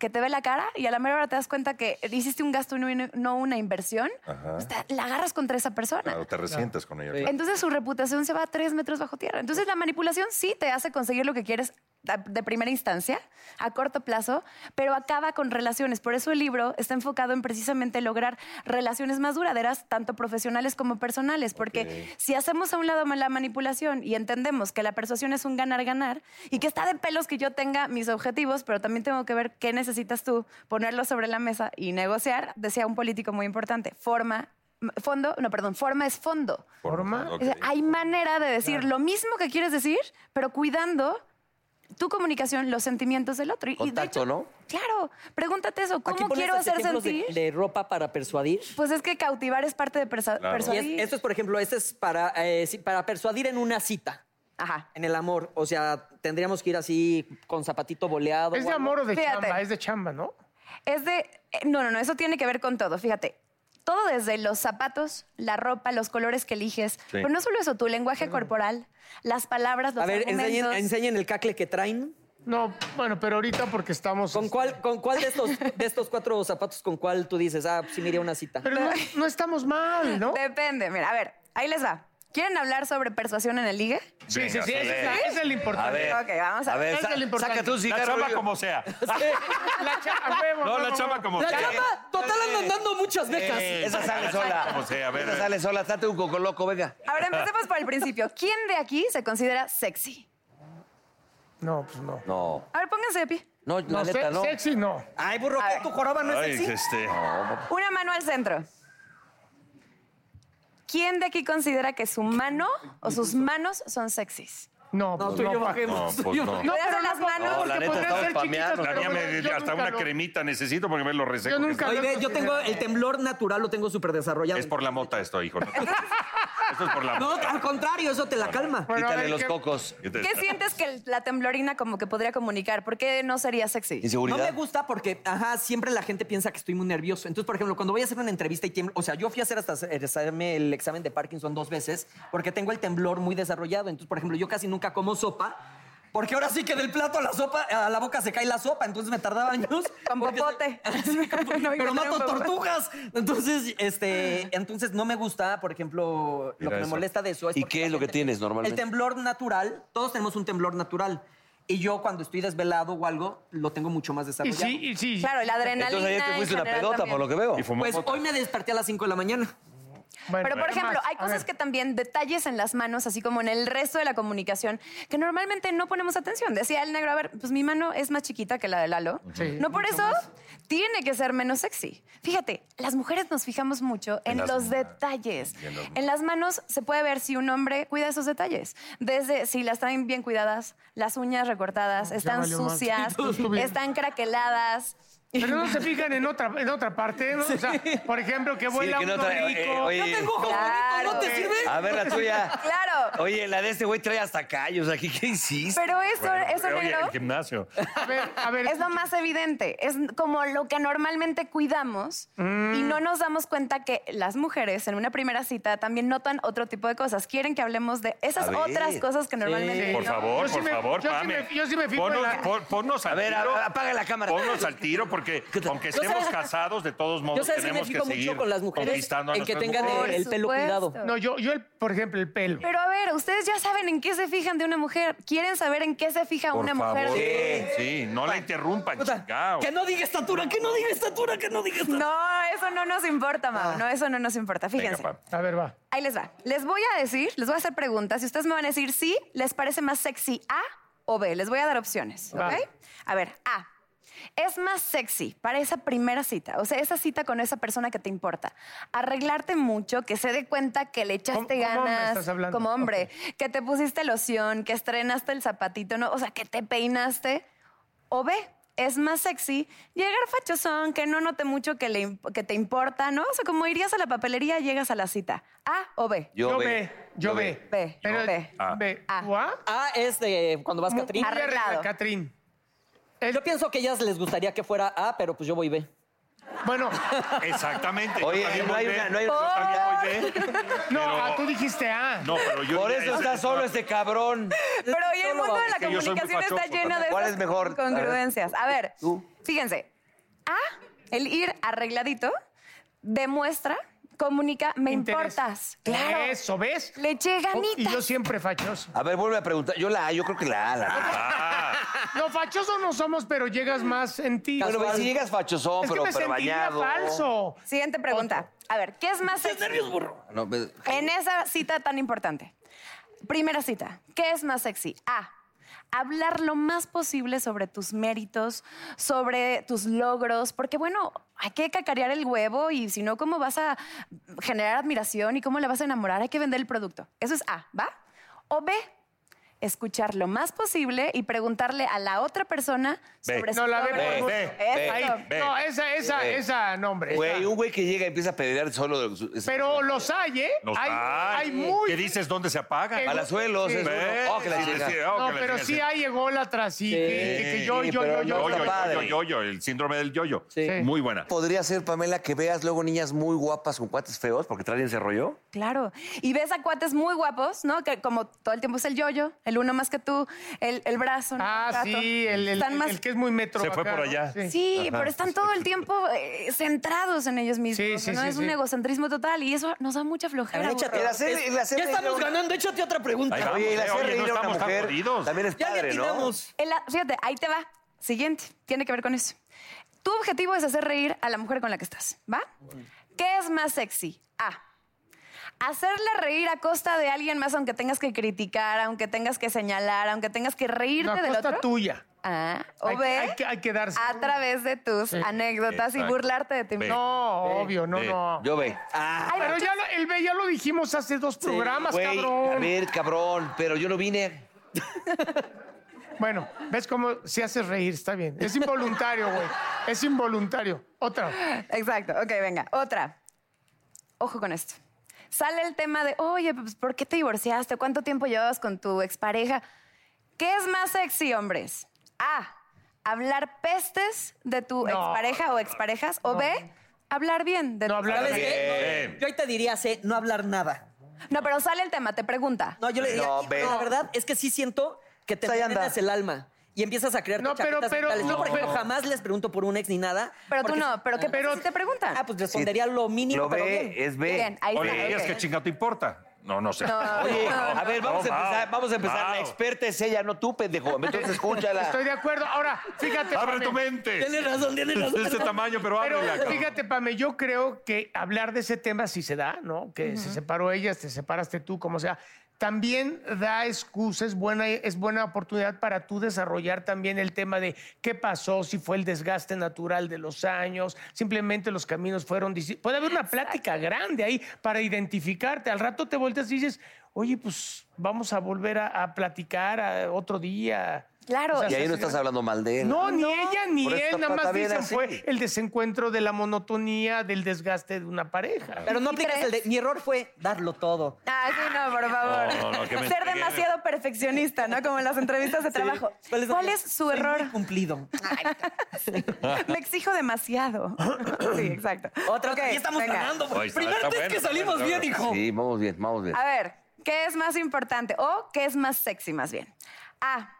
S10: que te ve la cara y a la mera hora te das cuenta que hiciste un gasto y no- no una inversión.
S4: Ajá.
S10: pues te- la agarras contra esa persona.
S4: Claro, te resientes con ella. claro.
S10: Entonces su reputación se va a tres metros bajo tierra. Entonces la manipulación sí te hace conseguir lo que quieres a- de primera instancia, a corto plazo, pero acaba con relaciones. Por eso el libro está enfocado en precisamente lograr relaciones más duraderas, tanto profesionales como personales, porque si hacemos a un lado la manipulación y entendemos que la persuasión es un ganar-ganar y que está de pelos que yo tenga mis objetivos, pero también tengo que ver qué necesitas tú, ponerlo sobre la mesa y negociar, decía un político muy importante, forma, fondo, no, perdón, forma es fondo.
S5: Forma.
S10: O sea, hay manera de decir lo mismo que quieres decir, pero cuidando tu comunicación, los sentimientos del otro. Y, y de
S3: Contacto, ¿no?
S10: hecho, claro, pregúntate eso,
S2: Aquí
S10: ¿cómo
S2: pones
S10: quiero
S2: estos
S10: hacer
S2: ejemplos de-
S10: sentir?
S2: De, ropa para persuadir.
S10: Pues es que cautivar es parte de persa-
S2: Y es-
S10: persuadir.
S2: esto es, por ejemplo, este es para, eh, sí, para persuadir en una cita.
S10: Ajá.
S2: En el amor. O sea, tendríamos que ir así con zapatito boleado.
S5: ¿Es de amor o de
S10: Fíjate.
S5: chamba? Es de chamba, ¿no?
S10: Es de. eh, No, no, no, eso tiene que ver con todo, fíjate. Todo desde los zapatos, la ropa, los colores que eliges. Pero no solo eso, tu lenguaje corporal, las palabras, los
S2: A ver,
S10: argumentos.
S2: enseñen, enseñen el cacle que traen.
S5: No, bueno, pero ahorita porque estamos. este,
S2: ¿Con cuál, con cuál de, estos, de estos cuatro zapatos, con cuál tú dices, ah, sí me iría a una cita?
S5: Pero no, no estamos mal, ¿no?
S10: Depende, mira, a ver, ahí les va. ¿Quieren hablar sobre persuasión en el ligue?
S5: Sí, sí,
S4: Venga,
S5: sí, ese es, la-
S4: Soler.
S5: ese es el
S4: A
S5: importante.
S4: ver.
S10: Ok, vamos a,
S4: A ver,
S10: Ese
S4: sa-
S10: es el importante.
S4: sácate un cigarro.
S5: La chamba
S4: como sea.
S5: La chamba, huevo,
S4: No, la
S5: huevo,
S4: chamba
S5: huevo.
S4: como
S2: La
S4: sea.
S2: chamba, total andan dando muchas becas.
S3: Eh, esa sale sola.
S4: Como sea, a ver.
S3: Esa sale sola. Date un coco loco, venga.
S10: Ahora empecemos por el principio. ¿Quién de aquí se considera sexy?
S5: No, pues no.
S3: No.
S10: A ver, pónganse de pie.
S3: No, la
S5: No,
S3: neta,
S5: se-
S3: no.
S5: sexy no.
S2: Ay, burro,
S10: A
S2: ¿qué?
S10: ver.
S2: ¿tu joroba no
S4: Ay,
S2: es sexy?
S4: este.
S10: Una mano al centro. ¿Quién de aquí considera que su mano o sus manos son sexys?
S5: No,
S2: No,
S5: pues
S2: tú y
S5: no.
S2: yo
S5: pa-
S2: bajemos.
S4: No, pues
S2: Yo-
S4: no.
S5: No,
S10: Voy a
S5: pero
S10: hacer
S5: no,
S10: las
S5: pa-
S10: manos.
S5: no,
S3: la
S5: porque
S3: neta,
S5: podrían
S3: estamos
S5: ser chiquitas,
S3: spameando.
S5: pero
S4: La mía
S5: bueno,
S4: me
S5: yo
S4: hasta
S5: nunca
S4: una
S5: lo-
S4: cremita necesito porque me lo reseco.
S5: Yo nunca
S2: Oye, ve, yo tengo el temblor natural, lo tengo súper desarrollado.
S4: Es por la mota esto, hijo. no. Esto es por la
S2: No,
S4: mota.
S2: al contrario, eso te la calma.
S5: Bueno, a
S3: Quítale
S5: ver,
S3: los
S5: ¿qué-
S3: cocos.
S10: ¿Qué sientes que el- la temblorina como que podría comunicar? ¿Por qué no sería sexy?
S3: Inseguridad.
S2: No me gusta porque, ajá, siempre la gente piensa que estoy muy nervioso. Entonces, por ejemplo, cuando voy a hacer una entrevista y tiemblo, o sea, yo fui a hacer hasta hacerme el examen de Parkinson dos veces porque tengo el temblor muy desarrollado. Entonces, por ejemplo, yo casi nunca como sopa. Porque ahora sí que del plato a la sopa, a la boca se cae la sopa, entonces me tardaba años.
S10: Con
S2: porque-
S10: popote.
S2: Pero mato tortugas. Entonces, este, entonces no me gusta, por ejemplo, lo
S4: Mira
S2: que me
S4: eso.
S2: molesta de eso es
S3: ¿Y
S2: porque
S3: qué
S2: la
S3: es lo que
S2: gente-
S3: tienes normalmente?
S2: El temblor natural, todos tenemos un temblor natural. Y yo cuando estoy desvelado o algo, lo tengo mucho más
S5: Y
S2: desarrollado.
S5: sí, y sí.
S10: Claro, la adrenalina.
S3: Entonces ayer te
S10: en
S3: fuiste una
S10: general
S3: pedota,
S10: también.
S3: por lo que veo.
S4: Y fumó
S2: Pues
S4: mota.
S2: hoy me desperté a las 5 de la mañana.
S5: Bueno,
S10: Pero, por
S5: ¿qué
S10: ejemplo,
S5: más?
S10: hay
S5: A
S10: cosas
S5: ver.
S10: que también detalles en las manos, así como en el resto de la comunicación, que normalmente no ponemos atención. Decía el negro, a ver, pues mi mano es más chiquita que la de Lalo.
S5: Sí,
S10: no por eso tiene que ser menos sexy. Fíjate, las mujeres nos fijamos mucho en,
S4: las
S10: los
S4: ma-
S10: detalles.
S4: en los-
S10: En las manos se puede ver si un hombre cuida esos detalles. Desde si las traen bien cuidadas, las uñas recortadas, están
S5: valió más.
S10: sucias,
S5: Todo estuvo bien.
S10: están craqueladas.
S5: Pero no se fijan en otra, en otra parte, ¿no? O sea, por ejemplo, que vuela
S3: que no
S5: uno
S3: trae-
S5: rico.
S3: eh, oye.
S2: No tengo ojo bonito, ¿no te
S10: Claro.
S2: sirve?
S3: A ver la tuya.
S10: Claro.
S3: Oye, la de este güey trae hasta callos aquí. ¿Qué hiciste?
S10: Pero eso, eso
S4: Oye,
S10: negro.
S4: el gimnasio.
S5: A ver, a ver.
S10: Es lo más evidente. Es como lo que normalmente cuidamos
S4: Mm.
S10: y no nos damos cuenta que las mujeres en una primera cita también notan otro tipo de cosas. Quieren que hablemos de esas
S3: A ver.
S10: otras cosas que normalmente.
S4: Por
S10: no.
S4: favor,
S5: Yo sí
S4: por
S5: me-
S4: favor,
S5: yo sí
S4: Pame.
S5: me- yo sí me fijo en
S4: Ponnos,
S5: la-
S4: pon- ponnos al
S3: A ver,
S4: tiro.
S3: a- apaga la cámara.
S4: Ponnos al tiro porque aunque estemos casados, de todos modos
S5: Yo, ¿sabes?
S4: tenemos
S5: Significo
S4: que
S5: mucho
S4: seguir
S5: con las mujeres
S4: conquistando a
S5: en que
S4: nuestras
S5: tengan el-
S4: mujeres.
S5: el pelo
S10: supuesto.
S5: cuidado. No, yo, yo el- por ejemplo, el pelo.
S10: Pero a ver, ustedes ya saben en qué se fijan de una mujer. ¿Quieren saber en qué se fija
S4: Por
S10: una
S4: favor.
S10: mujer?
S4: Sí, sí, no la interrumpan, chingao.
S10: no diga estatura, que no diga estatura, que no diga estatura. No, eso no nos importa,
S4: Ah.
S10: Mau. No, eso no nos importa. Fíjense.
S5: A ver, va.
S10: Ahí les va. Les voy a decir, les voy a hacer preguntas y ustedes me van a decir si les parece más sexy A o B. Les voy a dar opciones, ¿ok?
S11: Va.
S10: A ver, A. Es más sexy para esa primera cita, o sea, esa cita con esa persona que te importa. Arreglarte mucho, que se dé cuenta que le echaste
S5: ¿Cómo- cómo me
S10: ganas
S5: estás hablando?
S10: como hombre, que te pusiste loción, que estrenaste el zapatito, ¿no? O sea, que te peinaste. O B, es más sexy llegar fachosón, que no note mucho que, le imp- que te importa, ¿no? O sea, como irías a la papelería, llegas a la cita. ¿A o B?
S5: Yo Yo B. B, yo Yo B. B.
S10: B.
S5: Pero-
S10: B.
S5: A.
S2: Ah, es de cuando vas Catrín.
S5: Arreglado.
S2: Catrín. Yo pienso que ellas les gustaría que fuera A, pero pues yo voy B.
S5: Bueno.
S4: Exactamente.
S2: Oye,
S4: yo también
S2: no hay
S4: voy
S2: una-
S4: B.
S2: no hay una-
S4: Yo también voy B.
S5: No,
S4: Pero-
S5: ah, tú dijiste A.
S4: No, pero yo-
S12: Por eso está solo este cabrón.
S10: Pero hoy el mundo de la
S12: Es que yo soy muy
S10: comunicación está
S12: fachoso
S10: lleno de
S12: también. ¿Cuál
S10: esas
S12: es mejor? A ver.
S10: incongruencias. A ver,
S12: Tú.
S10: fíjense. A, el ir arregladito, demuestra, comunica, me
S5: Interés.
S10: importas. Claro.
S5: Eso, ¿ves? Oh,
S10: Le
S12: Oh,
S10: eché ganitas.
S5: Y yo siempre fachoso.
S3: A ver, vuelve a preguntar. Yo la A, yo creo que la A. La
S4: Ah.
S5: No, fachoso no somos, pero llegas más en ti.
S3: Bueno, pues, si llegas fachosón,
S5: Es que
S3: pero-
S5: me
S3: pero
S5: sentiría
S3: bañado.
S5: falso.
S10: Siguiente pregunta. A ver, ¿qué es más sexy?
S3: No, pues,
S10: En esa cita tan importante. Primera cita. ¿Qué es más sexy? A. Hablar lo más posible sobre tus méritos, sobre tus logros, porque bueno, hay que cacarear el huevo y si no, ¿cómo vas a generar admiración y cómo le vas a enamorar? Hay que vender el producto. Eso es A, ¿va? O B, escuchar lo más posible y preguntarle a la otra persona
S3: B.
S10: sobre
S3: No, la B,
S10: sobre-
S3: por favor. B,
S10: Eso.
S3: B, B. No, esa- esa- B. esa,
S5: nombre.
S3: Eh, Güey, un güey que llega y empieza a pelear solo. de su-
S5: Pero los hay, ¿eh?
S3: Los
S5: hay,
S3: hay.
S5: hay muy...
S3: ¿Qué dices?
S4: ¿Dónde se apaga?
S5: Ego-
S3: Palazuelos, es uno. Oh, que la
S4: Sí,
S3: chica.
S4: sí, oh,
S5: No,
S4: que la
S5: pero
S4: chica,
S5: sí hay ególatras sí. que- que- que yo, yo, yo, yo.
S4: yo,
S3: padre.
S4: yo, yo, yo, el síndrome del yo-yo. Muy buena.
S3: Podría ser, Pamela, que veas luego niñas muy guapas con cuates feos porque traen ese rollo.
S10: Claro. Y ves a cuates muy guapos, ¿no? Que como todo el tiempo es el yoyo, el uno más que tú, el, el brazo. ¿no? El
S5: Ah,
S10: gato.
S5: sí, el, el-
S10: Están más-
S5: el que es muy metro.
S4: Se fue
S5: acá,
S4: por
S5: ¿no?
S4: allá.
S10: Sí,
S4: Ajá.
S10: pero están todo el tiempo eh, centrados en ellos mismos.
S5: sí,
S10: ¿no?
S5: sí,
S10: es un
S5: sí.
S10: egocentrismo total y eso nos da mucha flojera. burro.
S2: Es- ya estamos ganando, échate otra pregunta.
S3: Ahí vamos, Oye, y la eh, hacer oye, reír no a una estamos tan mujer jodidos. también es
S2: Ya le
S3: padre, ¿no?
S2: atinamos.
S10: El a- fíjate, ahí te va. Siguiente, tiene que ver con eso. Tu objetivo es hacer reír a la mujer con la que estás, ¿va? ¿Qué es más sexy? A. Hacerla reír a costa de alguien más, aunque tengas que criticar, aunque tengas que señalar, aunque tengas que reírte
S5: No,
S10: del
S5: costa
S10: otro.
S5: tuya.
S10: Ah, o
S5: Hay-
S10: B,
S5: hay que- hay que darse
S10: a
S5: una.
S10: través de tus
S5: Sí.
S10: anécdotas y
S5: Exacto.
S10: burlarte de ti
S5: B.
S10: mismo.
S5: No, obvio, no, no. Ah,
S3: Yo ve.
S10: Ay,
S5: Pero
S10: muchas-
S5: ya lo, el B ya lo dijimos hace dos programas,
S3: Güey,
S5: cabrón.
S3: A ver, cabrón, pero yo no vine.
S5: Bueno, ves cómo se hace reír, está bien. Es involuntario, güey. Es involuntario. Otra.
S10: Exacto. Ok, venga. Otra. Ojo con esto. Sale el tema de, oye, pues, ¿por qué te divorciaste? ¿Cuánto tiempo llevas con tu expareja? ¿Qué es más sexy, hombres? A. Hablar pestes de tu expareja o exparejas. O B. Hablar bien de no,
S2: ¿Sabes qué? No, Yo ahí te diría, sé, no hablar nada.
S10: No, pero sale el tema, te pregunta.
S2: No, yo le diría,
S10: No,
S2: "Hijo,
S10: ve.
S2: la verdad es que sí siento que te
S10: Ahí anda.
S2: envenenas el alma. Y empiezas a crear
S10: No, pero- pero-
S2: Yo, por
S10: no.
S2: ejemplo, jamás les pregunto por un ex ni nada.
S10: Pero tú
S2: porque-
S10: no, pero ¿qué pasa si te preguntan?
S2: Ah, pues respondería lo mínimo, pero bien.
S10: Bien, ahí
S4: Oye,
S10: está,
S4: ellas,
S10: ok.
S4: ¿qué chingado te importa? No, no sé.
S10: No,
S3: Oye,
S10: no,
S3: a ver, vamos
S4: no,
S3: a empezar.
S4: Mau,
S3: Vamos a empezar. La
S4: Mau.
S3: experta es ella, no tú, pendejo. Entonces escúchala.
S5: Estoy de acuerdo. Ahora, fíjate.
S3: Abre
S5: Pame.
S3: tu mente. Tienes razón, tienes razón. Es de este tamaño, pero ábrela, cabrón.
S5: Fíjate, Pame, yo creo que hablar de ese tema sí se da, ¿no? Que se separó ella, te separaste tú, como sea. También da excusa, es buena, es buena oportunidad para tú desarrollar también el tema de qué pasó, si fue el desgaste natural de los años, simplemente los caminos fueron... disi- Puede haber una plática grande ahí para identificarte. Al rato te volteas y dices, oye, pues vamos a volver a, a platicar a otro día.
S10: Claro.
S5: O sea,
S3: Y ahí no
S5: se-
S3: estás hablando mal de él.
S5: no, ni ella ni
S3: Por eso
S5: él,
S3: está-
S5: nada
S3: está
S5: más
S3: bien
S5: dicen
S3: así.
S5: fue el desencuentro de la monotonía, del desgaste de una pareja.
S2: Pero no aplicas el de. Mi error fue darlo todo.
S10: Ah, sí, no, por favor.
S2: No, no, no, que me
S10: Ser
S2: entregué.
S10: demasiado perfeccionista, ¿no? Como en las entrevistas de trabajo. ¿Cuál es, su
S2: Soy
S10: error?
S2: muy cumplido.
S10: Me exijo demasiado. sí, exacto.
S2: Otra,
S10: vez.
S2: ya estamos ganando.
S3: Ahí está,
S2: Primer
S3: está
S2: vez
S3: bueno,
S2: que
S3: está
S2: salimos
S3: bueno,
S2: bien,
S3: está
S2: hijo.
S3: bueno. Sí, vamos bien, vamos bien.
S10: A ver, ¿qué es más importante o qué es más sexy más bien? A,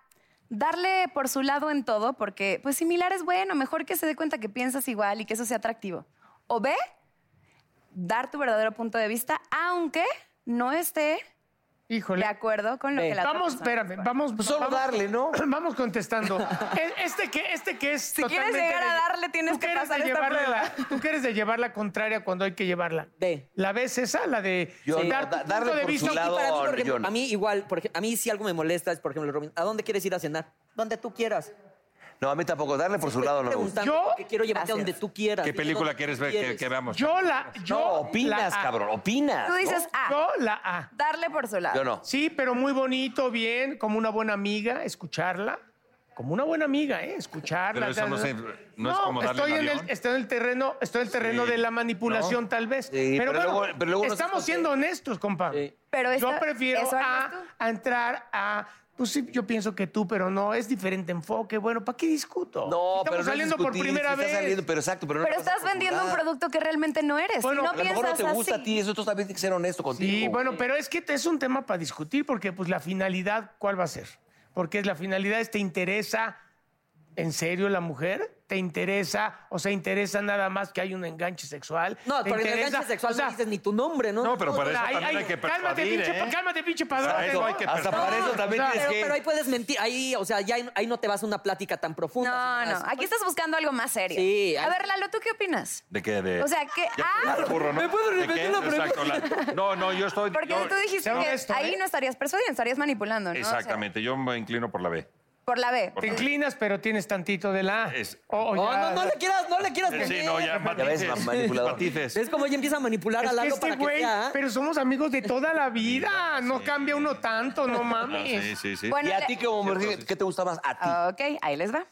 S10: darle por su lado en todo, porque pues similar es bueno, mejor que se dé cuenta que piensas igual y que eso sea atractivo. O B, dar tu verdadero punto de vista, aunque no esté de acuerdo con
S2: Eh.
S10: lo que la otra
S5: vamos,
S10: persona
S5: espérame, vamos.
S10: Solo
S5: darle, ¿no? Vamos contestando. E- Este que, este que es.
S10: Si quieres llegar a darle, tienes que pasar esta
S5: llevarla
S10: prueba.
S5: la- Tú quieres de llevar la contraria cuando hay que llevarla. ¿La ves esa? La de
S12: Yo, no,
S5: dar tu
S12: da-
S5: punto
S12: darle
S5: de
S12: por
S5: vista.
S12: su lado,
S11: Y para mí, por ejemplo,
S12: John.
S11: a mí igual, por ej- a mí si algo me molesta es, por ejemplo, Robin, ¿a dónde quieres ir a cenar? Donde tú quieras.
S3: No, a mí tampoco. Darle por su lado no me gusta.
S11: Yo quiero llevarte a donde tú quieras.
S3: ¿Qué
S11: Dime
S3: película
S11: dónde
S3: quieres
S11: tú
S3: ver? Que-
S11: quieres.
S3: que veamos?
S5: Yo la. Yo
S3: No, opinas,
S5: la A.
S3: cabrón, opinas.
S10: Tú dices A.
S5: Yo la A.
S10: Darle por su lado.
S5: Sí, pero muy bonito, bien, como una buena amiga, escucharla. Como una buena amiga, ¿eh? Escucharla.
S4: Pero eso no se- no es como darle
S5: estoy
S4: el
S5: en,
S4: avión.
S5: el, estoy en el terreno, estoy en el terreno
S4: Sí.
S5: de la manipulación,
S4: ¿No?
S5: tal vez.
S4: Sí, pero
S5: pero, bueno,
S4: luego- pero luego no se
S5: estamos siendo honestos, compa.
S10: Pero
S5: yo
S10: esto-
S5: prefiero
S10: eso harías
S5: a, a entrar a. Pues sí, yo pienso que tú, pero no, es diferente enfoque. Bueno, ¿para qué discuto?
S3: No,
S5: Estamos
S3: pero no es
S5: saliendo
S3: discutir,
S5: por primera
S3: sí
S5: vez.
S3: está saliendo, pero exacto, pero no
S10: Pero
S3: le vas a
S10: estás vendiendo un
S3: procurar.
S10: producto que realmente no eres.
S3: Bueno,
S10: y no
S3: a lo mejor no
S10: piensas
S3: te gusta
S10: así.
S3: a ti, eso tú también tienes que ser honesto contigo.
S5: Sí, bueno, pero es que es un tema para discutir porque pues la finalidad, ¿cuál va a ser? Porque la finalidad es, ¿te interesa en serio la mujer? ¿Te interesa o se interesa nada más que hay un enganche sexual?
S11: No,
S5: ¿Te
S11: porque el
S5: interesa?
S11: enganche sexual
S5: O sea,
S11: no dices ni tu nombre, ¿no?
S5: No, pero para eso también hay
S11: Cálmate,
S5: que persuadir,
S11: pinche,
S5: ¿eh? cálmate, pinche padrón.
S11: Para eso
S5: ¿no?
S11: hay que
S5: Hasta para
S11: persuadir.
S5: eso también
S11: O sea,
S5: tienes
S11: pero,
S5: que-
S11: Pero ahí puedes mentir. Ahí, o sea, ya ahí- ahí no te vas a una plática tan profunda. pues.
S10: No, no. Aquí estás buscando algo más serio.
S11: Sí,
S10: A
S11: hay-
S10: ver, Lalo, ¿tú qué opinas?
S4: ¿De qué? De...
S10: O sea, Ah. que
S4: Ya
S10: A.
S4: te burro, ¿no?
S10: ¿Me puedo
S4: ¿De
S10: repetir
S4: qué?
S10: la pregunta?
S4: Exacto, la- No, no, yo estoy...
S10: Porque
S4: yo-
S10: tú dijiste
S4: Sea
S10: que
S4: honesto,
S10: ahí
S4: ¿eh?
S10: no estarías persuadiendo, estarías manipulando, ¿no? O sea,
S4: Exactamente, yo me inclino por la B.
S10: por la B.
S5: Te inclinas, pero tienes tantito de la... O- o
S11: No,
S5: ya-
S11: no, no le quieras, no le quieras
S5: Sí,
S11: mentir.
S5: no, ya, Ya ves, matices, manipulador. matices.
S11: Es como ella empieza a manipular a
S5: Es que
S11: Lalo
S5: este
S11: para que
S5: güey,
S11: sea... ¿eh?
S5: pero somos amigos de toda la vida. No cambia uno tanto, no
S4: Ah,
S5: mames.
S10: Bueno, le-
S3: qué te gusta más?
S10: Ah, Ok, ahí les va.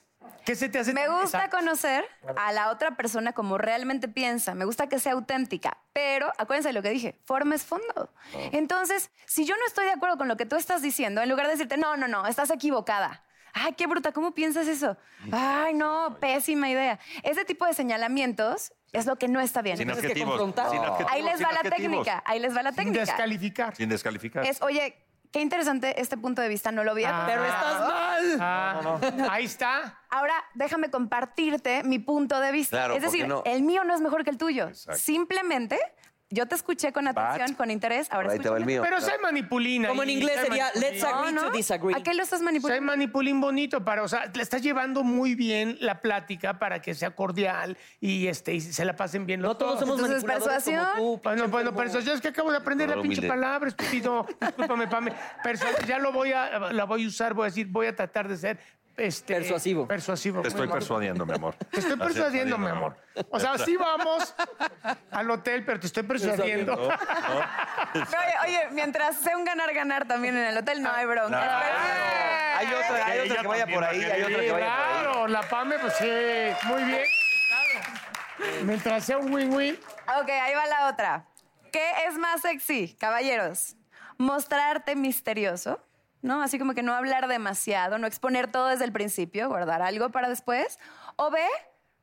S5: ¿Qué se te hace?
S10: Me
S5: tan-
S10: gusta
S5: Exacto.
S10: conocer a la otra persona como realmente piensa. Me gusta que sea auténtica. Pero acuérdense de lo que dije: forma es fondo.
S4: Ah.
S10: Entonces, si yo no estoy de acuerdo con lo que tú estás diciendo, en lugar de decirte, no, no, no, estás equivocada. Ay, qué bruta, ¿cómo piensas eso? Ay, no, pésima idea. Ese tipo de señalamientos es lo que no está bien.
S4: Sin
S10: Entonces,
S4: adjetivos,
S10: que confrontar.
S4: sin adjetivos,
S10: Ahí les
S4: sin
S10: va la
S4: adjetivos.
S10: técnica. Ahí les va la técnica.
S5: descalificar.
S4: Sin descalificar.
S10: Es, oye, qué interesante este punto de vista, no lo había
S5: Ah.
S10: considerado.
S5: Ah, Ahí está.
S10: Ahora déjame compartirte mi punto de vista.
S5: Claro,
S10: es decir,
S5: ¿por qué no?
S10: el mío no es mejor que el tuyo. Simplemente yo te escuché con atención, con interés. Ahora
S3: ahí te va el
S10: escúchame.
S3: mío.
S5: Pero soy manipulina.
S10: Como en
S5: y-
S10: inglés
S5: soy
S10: sería,
S5: manipulina.
S10: "Let's agree No, to no. disagree". ¿A qué lo estás manipulando?
S5: Soy manipulín bonito para, o sea, le estás llevando muy bien la plática para que sea cordial y este y se la pasen bien los No
S11: todos somos Entonces, manipuladores
S10: persuación. como tú,
S5: bueno, bueno, persuasión es que acabo de aprender la
S10: Claro,
S5: pinche
S10: humilde.
S5: palabra, estúpido. Discúlpame, Pame. Persuasión, ya lo voy a la voy a usar, voy a decir, voy a tratar de ser este, persuasivo. Persuasivo.
S4: Te estoy
S5: Muy mal.
S4: persuadiendo, mi amor.
S5: Te estoy persuadiendo, mi amor. O sea, sí vamos al hotel, pero te estoy persuadiendo.
S4: Persuadiendo,
S10: No, oye, oye, mientras sea un ganar-ganar también en el hotel, no hay bronca.
S3: Hay otra, hay otra que vaya por ahí, hay otra que vaya por ahí.
S5: Claro, la Pame, pues sí, muy bien. Mientras sea un win-win.
S10: Ok, ahí va la otra. ¿Qué es más sexy, caballeros? Mostrarte misterioso, ¿no? Así como que no hablar demasiado, no exponer todo desde el principio, guardar algo para después. O B,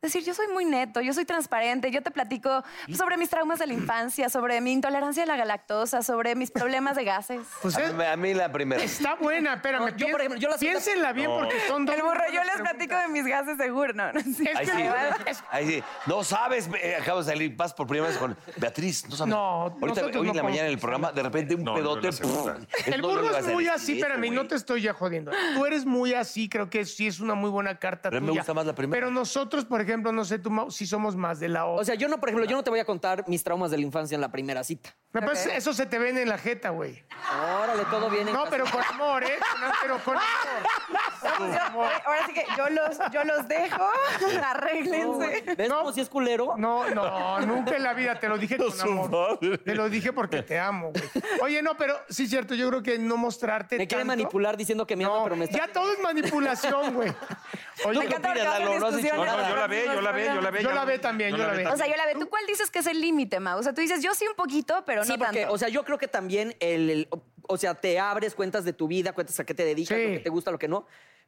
S10: decir, yo soy muy neto, yo soy transparente, yo te platico sobre mis traumas de la infancia, sobre mi intolerancia a la galactosa, sobre mis problemas de gases.
S3: a, mí, a mí la primera.
S5: Pues, eh, Está buena, espérame.
S10: yo, por ejemplo, yo la
S5: Piénsenla bien
S3: No.
S5: porque son dos.
S10: El burro, yo les platico de mis gases de no, no es
S3: Ahí sí.
S10: cierto.
S3: Ahí sí. No sabes, eh, acabas de salir, vas por primera vez con Beatriz, no sabes.
S5: No,
S3: Ahorita,
S5: nosotros
S3: hoy
S5: no
S3: en la
S5: podemos
S3: mañana en el programa, de repente un pedote.
S5: El burro es muy así, espérame, no te estoy ya jodiendo. Tú eres muy así, creo que sí es una muy buena carta
S3: Pero a mí me
S5: tuya.
S3: gusta más la primera.
S5: Pero nosotros, por ejemplo, no sé tú, Mau, si somos más de la O.
S11: O sea, yo no, por ejemplo, yo no te voy a contar mis traumas de la infancia en la primera cita.
S5: Me parece- eso se te ven en la jeta, güey.
S11: Órale, todo bien en
S5: No,
S11: casa.
S5: pero con amor, ¿eh? No, pero con amor.
S10: Yo- Ahora sí que yo los, yo los dejo, arréglense.
S11: ¿Ves como si es culero?
S5: No, no, nunca en la vida te lo dije con amor. Te lo dije porque te amo, güey. Oye, no, pero sí es cierto, yo creo que no mostrarte
S11: Me quiere
S5: tanto-
S11: manipular diciendo que me ama, pero me está...
S5: Ya todo es manipulación, güey. Oye,
S10: Me encanta porque va a haber discusiones
S4: No, no, yo la
S10: de
S4: ve, yo la ve, yo la ve.
S5: Yo la ve también, yo la ve.
S10: O sea, yo la veo. ¿Tú cuál dices que es el límite, Mau? O sea, tú dices, yo sí un poquito, pero
S11: sí,
S10: no
S11: porque,
S10: tanto.
S11: o sea, yo creo que también el, el- o- o sea, te abres cuentas de tu vida, cuentas a qué te dedicas, lo que te gusta, lo que no.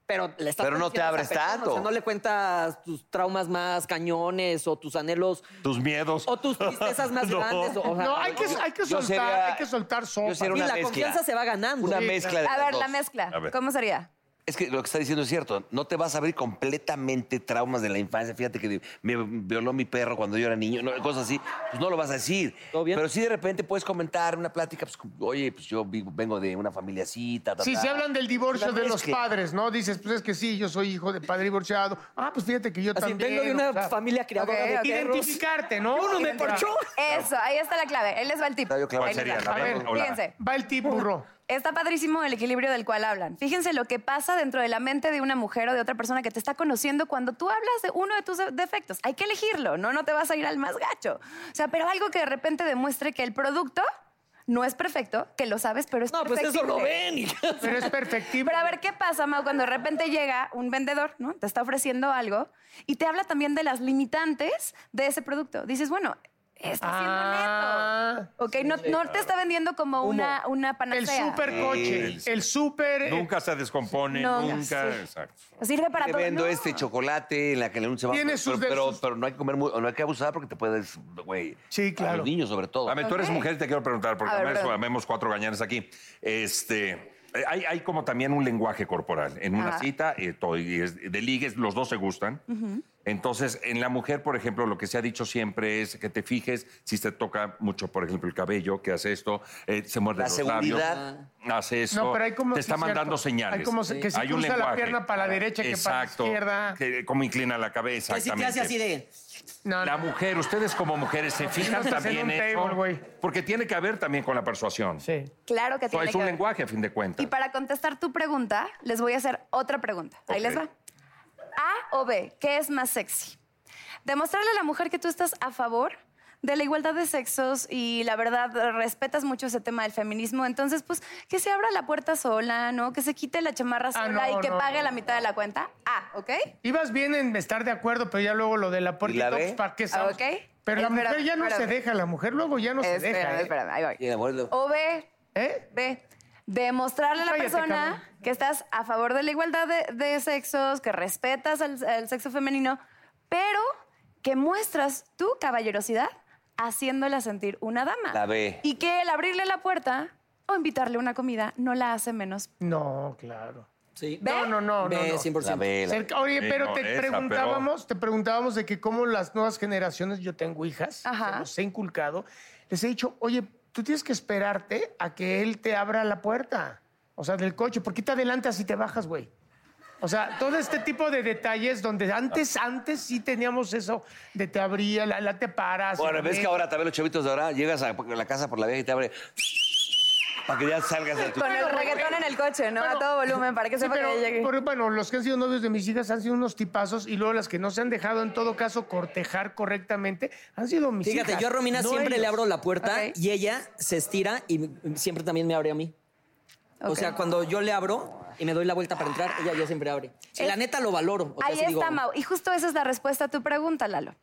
S11: Pero le estás
S3: Pero no te
S11: diciendo a esa
S3: abres
S11: persona,
S3: tanto.
S11: O sea, no le cuentas tus traumas más cañones o tus anhelos.
S4: Tus miedos.
S11: O tus tristezas más
S3: No.
S11: grandes. o- o sea,
S5: Ah, No, hay que, hay que
S3: Yo
S5: soltar,
S3: sería-
S5: hay que soltar sopa.
S3: yo sería una
S11: y la
S3: mezcla.
S11: confianza se va ganando.
S3: Una mezcla de
S10: a
S3: las
S10: ver, la
S3: dos.
S10: mezcla.
S3: A ver.
S10: ¿Cómo sería?
S3: Es que lo que está diciendo es cierto. No te vas a abrir completamente traumas de la infancia. Fíjate que me violó mi perro cuando yo era niño, no, cosas así. Pues no lo vas a decir. Pero sí de repente puedes comentar una plática. Pues, oye, pues yo vi- vengo de una familia así, ta, ta,
S5: Sí,
S3: ta.
S5: se hablan del divorcio
S3: La
S5: de los
S3: mezcla.
S5: padres, ¿no? Dices, pues es que sí, yo soy hijo de padre divorciado. Ah, pues fíjate que yo
S11: Así,
S5: también.
S11: vengo de
S5: o
S11: una
S5: sea,
S11: familia criadora
S5: ok,
S11: de
S5: ok.
S11: perros.
S5: Identificarte, ¿no?
S11: Uno me parchó.
S10: Eso, ahí está la clave. Él les va el tip.
S3: yo claro.
S10: Ahí les
S3: ¿Cuál
S10: va.
S3: sería?
S10: A
S3: La
S10: ver,
S3: verdad, o la-
S10: fíjense.
S5: Va el tip, burro.
S10: Está padrísimo el equilibrio del cual hablan. Fíjense lo que pasa dentro de la mente de una mujer o de otra persona que te está conociendo cuando tú hablas de uno de tus de- defectos. Hay que elegirlo, ¿no? No te vas a ir al más gacho. O sea, pero algo que de repente demuestre que el producto no es perfecto, que lo sabes, pero es
S11: No, pues eso lo ven. y-
S5: Pero es perfectible.
S10: Pero a ver, ¿qué pasa, Mau, cuando de repente llega un vendedor, ¿no? Te está ofreciendo algo y te habla también de las limitantes de ese producto. Dices, bueno, está siendo neto. Ok,
S11: Ah,
S10: no, no te está vendiendo como una, una panacea.
S5: El supercoche.
S4: Sí.
S5: El super. eh,
S4: Nunca se descompone,
S10: No,
S4: nunca.
S10: sí.
S4: Exacto.
S10: Sirve para
S3: Te
S10: todo.
S3: vendo
S10: No.
S3: este chocolate, la que le se va
S10: Tiene
S3: pero,
S10: sus de-
S3: pero,
S10: sus-
S3: pero no hay que comer mu- no hay que abusar porque te puedes, güey.
S5: Sí,
S4: claro.
S3: A los niños sobre todo.
S4: Dame, tú eres
S3: Ok.
S4: mujer y te quiero preguntar, porque
S3: A ver,
S4: además
S3: perdón.
S4: amemos cuatro gañanes aquí. Este, eh, hay, hay como también un lenguaje corporal. En una
S5: Ah.
S3: Ajá.
S4: cita, eh, to- y es- de ligues, los dos se gustan. Entonces, en la mujer, por ejemplo, lo que se ha dicho siempre es que te fijes si se toca mucho, por ejemplo, el cabello, que hace esto, eh, se muerde
S3: La
S4: los
S3: seguridad.
S4: labios, hace esto,
S5: No, pero hay como-
S4: te está
S5: sí, cierto.
S4: mandando señales.
S5: Hay como se- que si
S4: Hay un
S5: cruza la
S4: lenguaje.
S5: pierna para la derecha que para la
S4: Exacto.
S5: izquierda.
S4: Que- cómo inclina la cabeza.
S5: Que si te hace
S4: exactamente.
S5: así de- No,
S4: La mujer, ustedes como mujeres se fijan
S5: estás en
S4: también
S5: un
S4: eso?
S5: table, güey.
S4: porque tiene que haber también con la persuasión. Sí.
S10: Claro que tiene
S4: es
S10: que
S4: un
S10: ver.
S4: lenguaje a fin de cuentas.
S10: Y para contestar tu pregunta, les voy a hacer otra pregunta. Ahí les va. A o B, ¿qué es más sexy? Demostrarle a la mujer que tú estás a favor de la igualdad de sexos y la verdad respetas mucho ese tema del feminismo, entonces pues que se abra la puerta sola, ¿no? Que se quite la chamarra sola
S5: Ah, no,
S10: y que
S5: no,
S10: pague
S5: no.
S10: la mitad de la cuenta. A, ¿ok?
S5: Ibas bien en estar de acuerdo, pero ya luego lo de la
S3: ¿Y la
S5: puerta pues,
S3: B?
S5: ¿para qué
S10: Ah,
S5: sabes?
S10: ok.
S5: Pero la
S10: Espérame,
S5: mujer ya no
S10: espérame.
S5: se deja, la mujer luego ya no se
S10: Espérame,
S5: deja. ¿eh?
S10: espérame, ahí voy.
S3: Y el abuelo-
S10: O B, B, demostrarle a la
S5: Cállate,
S10: persona
S5: cabrón.
S10: que estás a favor de la igualdad de, de sexos, que respetas al, al sexo femenino, pero que muestras tu caballerosidad haciéndola sentir una dama.
S3: La B.
S10: Y que el abrirle la puerta o invitarle una comida no la hace menos.
S5: No, claro.
S11: Sí.
S5: No, no, no, no,
S11: Ve,
S5: no.
S11: 100%. La ve, la-
S5: Cerca- Oye,
S11: Sí,
S5: pero
S11: no,
S5: te
S11: esa,
S5: preguntábamos, te preguntábamos de que cómo las nuevas generaciones, yo tengo hijas, se los he inculcado, les he dicho, oye, tú tienes que esperarte a que él te abra la puerta, o sea, del coche, ¿por qué te adelantas y te bajas, güey? O sea, todo este tipo de detalles donde antes, antes sí teníamos eso de te abría, la, la te paras.
S3: Bueno,
S5: la
S3: ves que
S5: ves.
S3: ahora también los chavitos de ahora llegas a la casa por la vieja y te abre para que ya salgas de tu
S10: Con el reggaetón en el coche, ¿no? a todo volumen, para que
S5: Sí,
S10: sepa
S5: pero,
S10: que llegue.
S5: pero, bueno, los que han sido novios de mis hijas han sido unos tipazos y luego las que no se han dejado, en todo caso, cortejar correctamente, han sido mis
S11: Fíjate,
S5: hijas.
S11: yo a Romina
S5: no
S11: siempre le
S5: ellos.
S11: abro la puerta y ella se estira y m- siempre también me abre a mí. O sea, cuando yo le abro y me doy la vuelta para entrar, ella ya siempre abre. Y la neta lo valoro. O sea,
S10: Ahí
S11: sí
S10: está,
S11: digo,
S10: Mau. Y justo esa es la respuesta a tu pregunta, Lalo.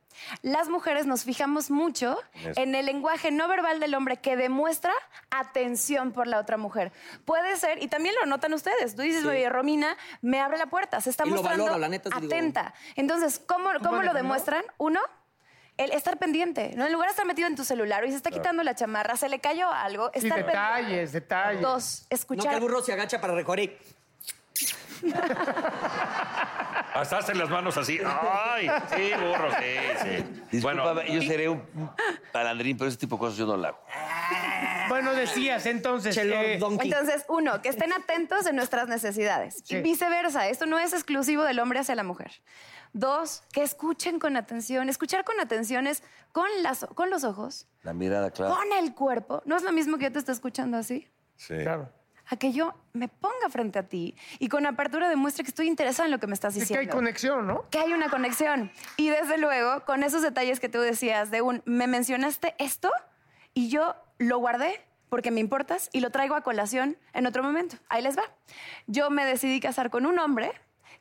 S10: Las mujeres nos fijamos mucho
S11: En eso.
S10: en el lenguaje no verbal del hombre que demuestra atención por la otra mujer. Puede ser, y también lo notan ustedes. Tú dices, oye, Romina, me abre la puerta. Se está
S11: Y lo
S10: mostrando
S11: valoro, la neta, sí digo-
S10: atenta. Entonces, ¿cómo, cómo lo
S11: Alejandro?
S10: demuestran? Uno... El estar pendiente, ¿no? En lugar de estar metido en tu celular, y se está
S5: Claro.
S10: quitando la chamarra, se le cayó algo.
S5: Sí,
S10: Estar pendiente.
S5: detalles, detalles.
S10: Dos,
S11: No, que el
S10: escuchar.
S11: burro se agacha para recorir.
S4: Hasta hacen las manos así. ¡Ay! Sí, burro, sí, sí.
S3: Disculpa, yo seré un palandrín, pero ese tipo de cosas yo no la hago.
S5: Bueno, decías entonces. eh,
S10: Entonces, uno, que estén atentos de nuestras necesidades.
S5: Sí.
S10: Y viceversa, esto no es exclusivo del hombre hacia la mujer. Dos, que escuchen con atención. Escuchar con atención es con, las, con los ojos,
S3: La mirada, claro.
S10: con el cuerpo. No es lo mismo que yo te esté escuchando así,
S3: Sí.
S5: Claro.
S10: a que yo me ponga frente a ti y con apertura demuestre que estoy interesado en lo que me estás
S5: es que
S10: diciendo.
S5: hay conexión,
S11: Oh,
S5: ¿no?
S10: Que hay una conexión. Y desde luego, con esos detalles que tú decías, de un, me mencionaste esto y yo lo guardé porque me importas y lo traigo a colación en otro momento. Ahí les va. Yo me decidí casar con un hombre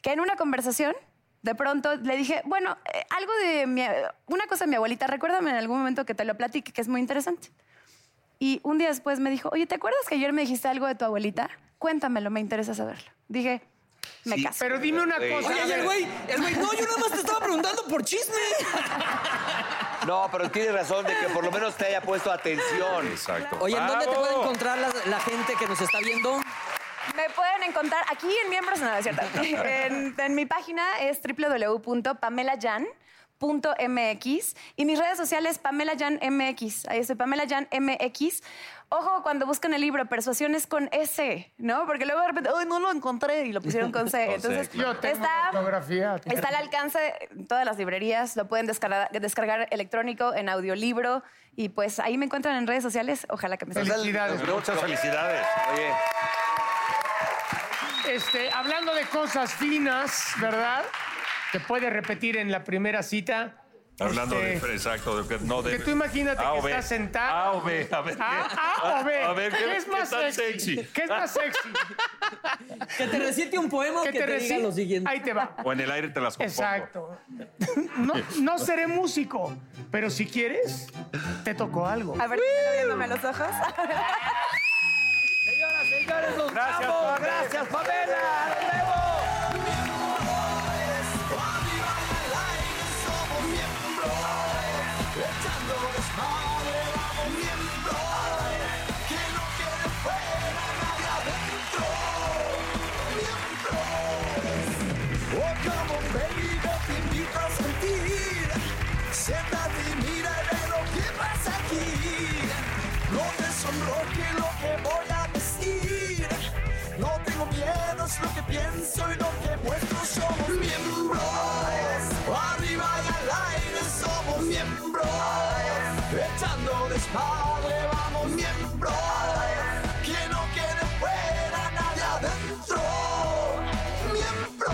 S10: que en una conversación, de pronto le dije, bueno, eh, algo de mi- una cosa de mi abuelita, recuérdame en algún momento que te lo platique, que es muy interesante. Y un día después me dijo, oye, ¿te acuerdas que ayer me dijiste algo de tu abuelita? Cuéntamelo, me interesa saberlo. Dije, me caso.
S5: Pero dime una
S3: Sí.
S5: cosa.
S3: Oye,
S5: a
S3: y el
S5: ver.
S3: güey-
S11: El güey, no, yo nada más te estaba preguntando por chisme.
S3: No, pero tienes razón de que por lo menos te haya puesto atención. Exacto.
S11: Oye, ¿en dónde te puede encontrar la, la gente que nos está viendo?
S10: Me pueden encontrar aquí en Miembros, no, no es cierto. En, en mi página es www.pamelayan.mx y mis redes sociales pamelayanmx. Ahí estoy, pamelayanmx. Ojo cuando buscan el libro, Persuasiones con S, ¿no? Porque luego de repente, ¡ay, no lo encontré! Y lo pusieron con
S5: Oh,
S10: C. Entonces,
S5: yo tengo
S10: está...
S5: una fotografía.
S10: Está al alcance en todas las librerías, lo pueden descargar, descargar electrónico en audiolibro y pues ahí me encuentran en redes sociales, ojalá que me sigan.
S4: Muchas felicidades. Oye.
S5: Este, hablando de cosas finas, ¿verdad? Te puede repetir en la primera cita.
S4: Hablando
S5: Este,
S4: de exacto, de que no de.
S5: Que tú imagínate que estás sentado.
S4: A o B, a ver.
S5: A, A Ah, o B.
S4: A ver, ¿qué,
S5: ¿Qué es más
S4: qué tan
S5: sexy? ¿Qué es más sexy?
S2: Que te recite un poema o que te diga
S5: reci-
S2: lo siguiente.
S5: Ahí te va.
S4: O en el aire te las compongo.
S5: Exacto. No, no seré músico, pero si quieres, te tocó algo.
S10: A ver, viéndome a los ojos.
S1: Señoras, señores, nos
S5: Gracias,
S1: vamos.
S5: Pame.
S1: Gracias, Pamela. Nos vemos. Como baby, te invito a sentir. Siéntate y mira y ve lo que pasa aquí. No te sonroje lo que voy a decir. No tengo miedo, es lo que pienso y lo que muestro. Somos miembros, arriba y al aire somos miembros. Echando desmadre, vamos miembros. Que no quede fuera nadie adentro. Miembros.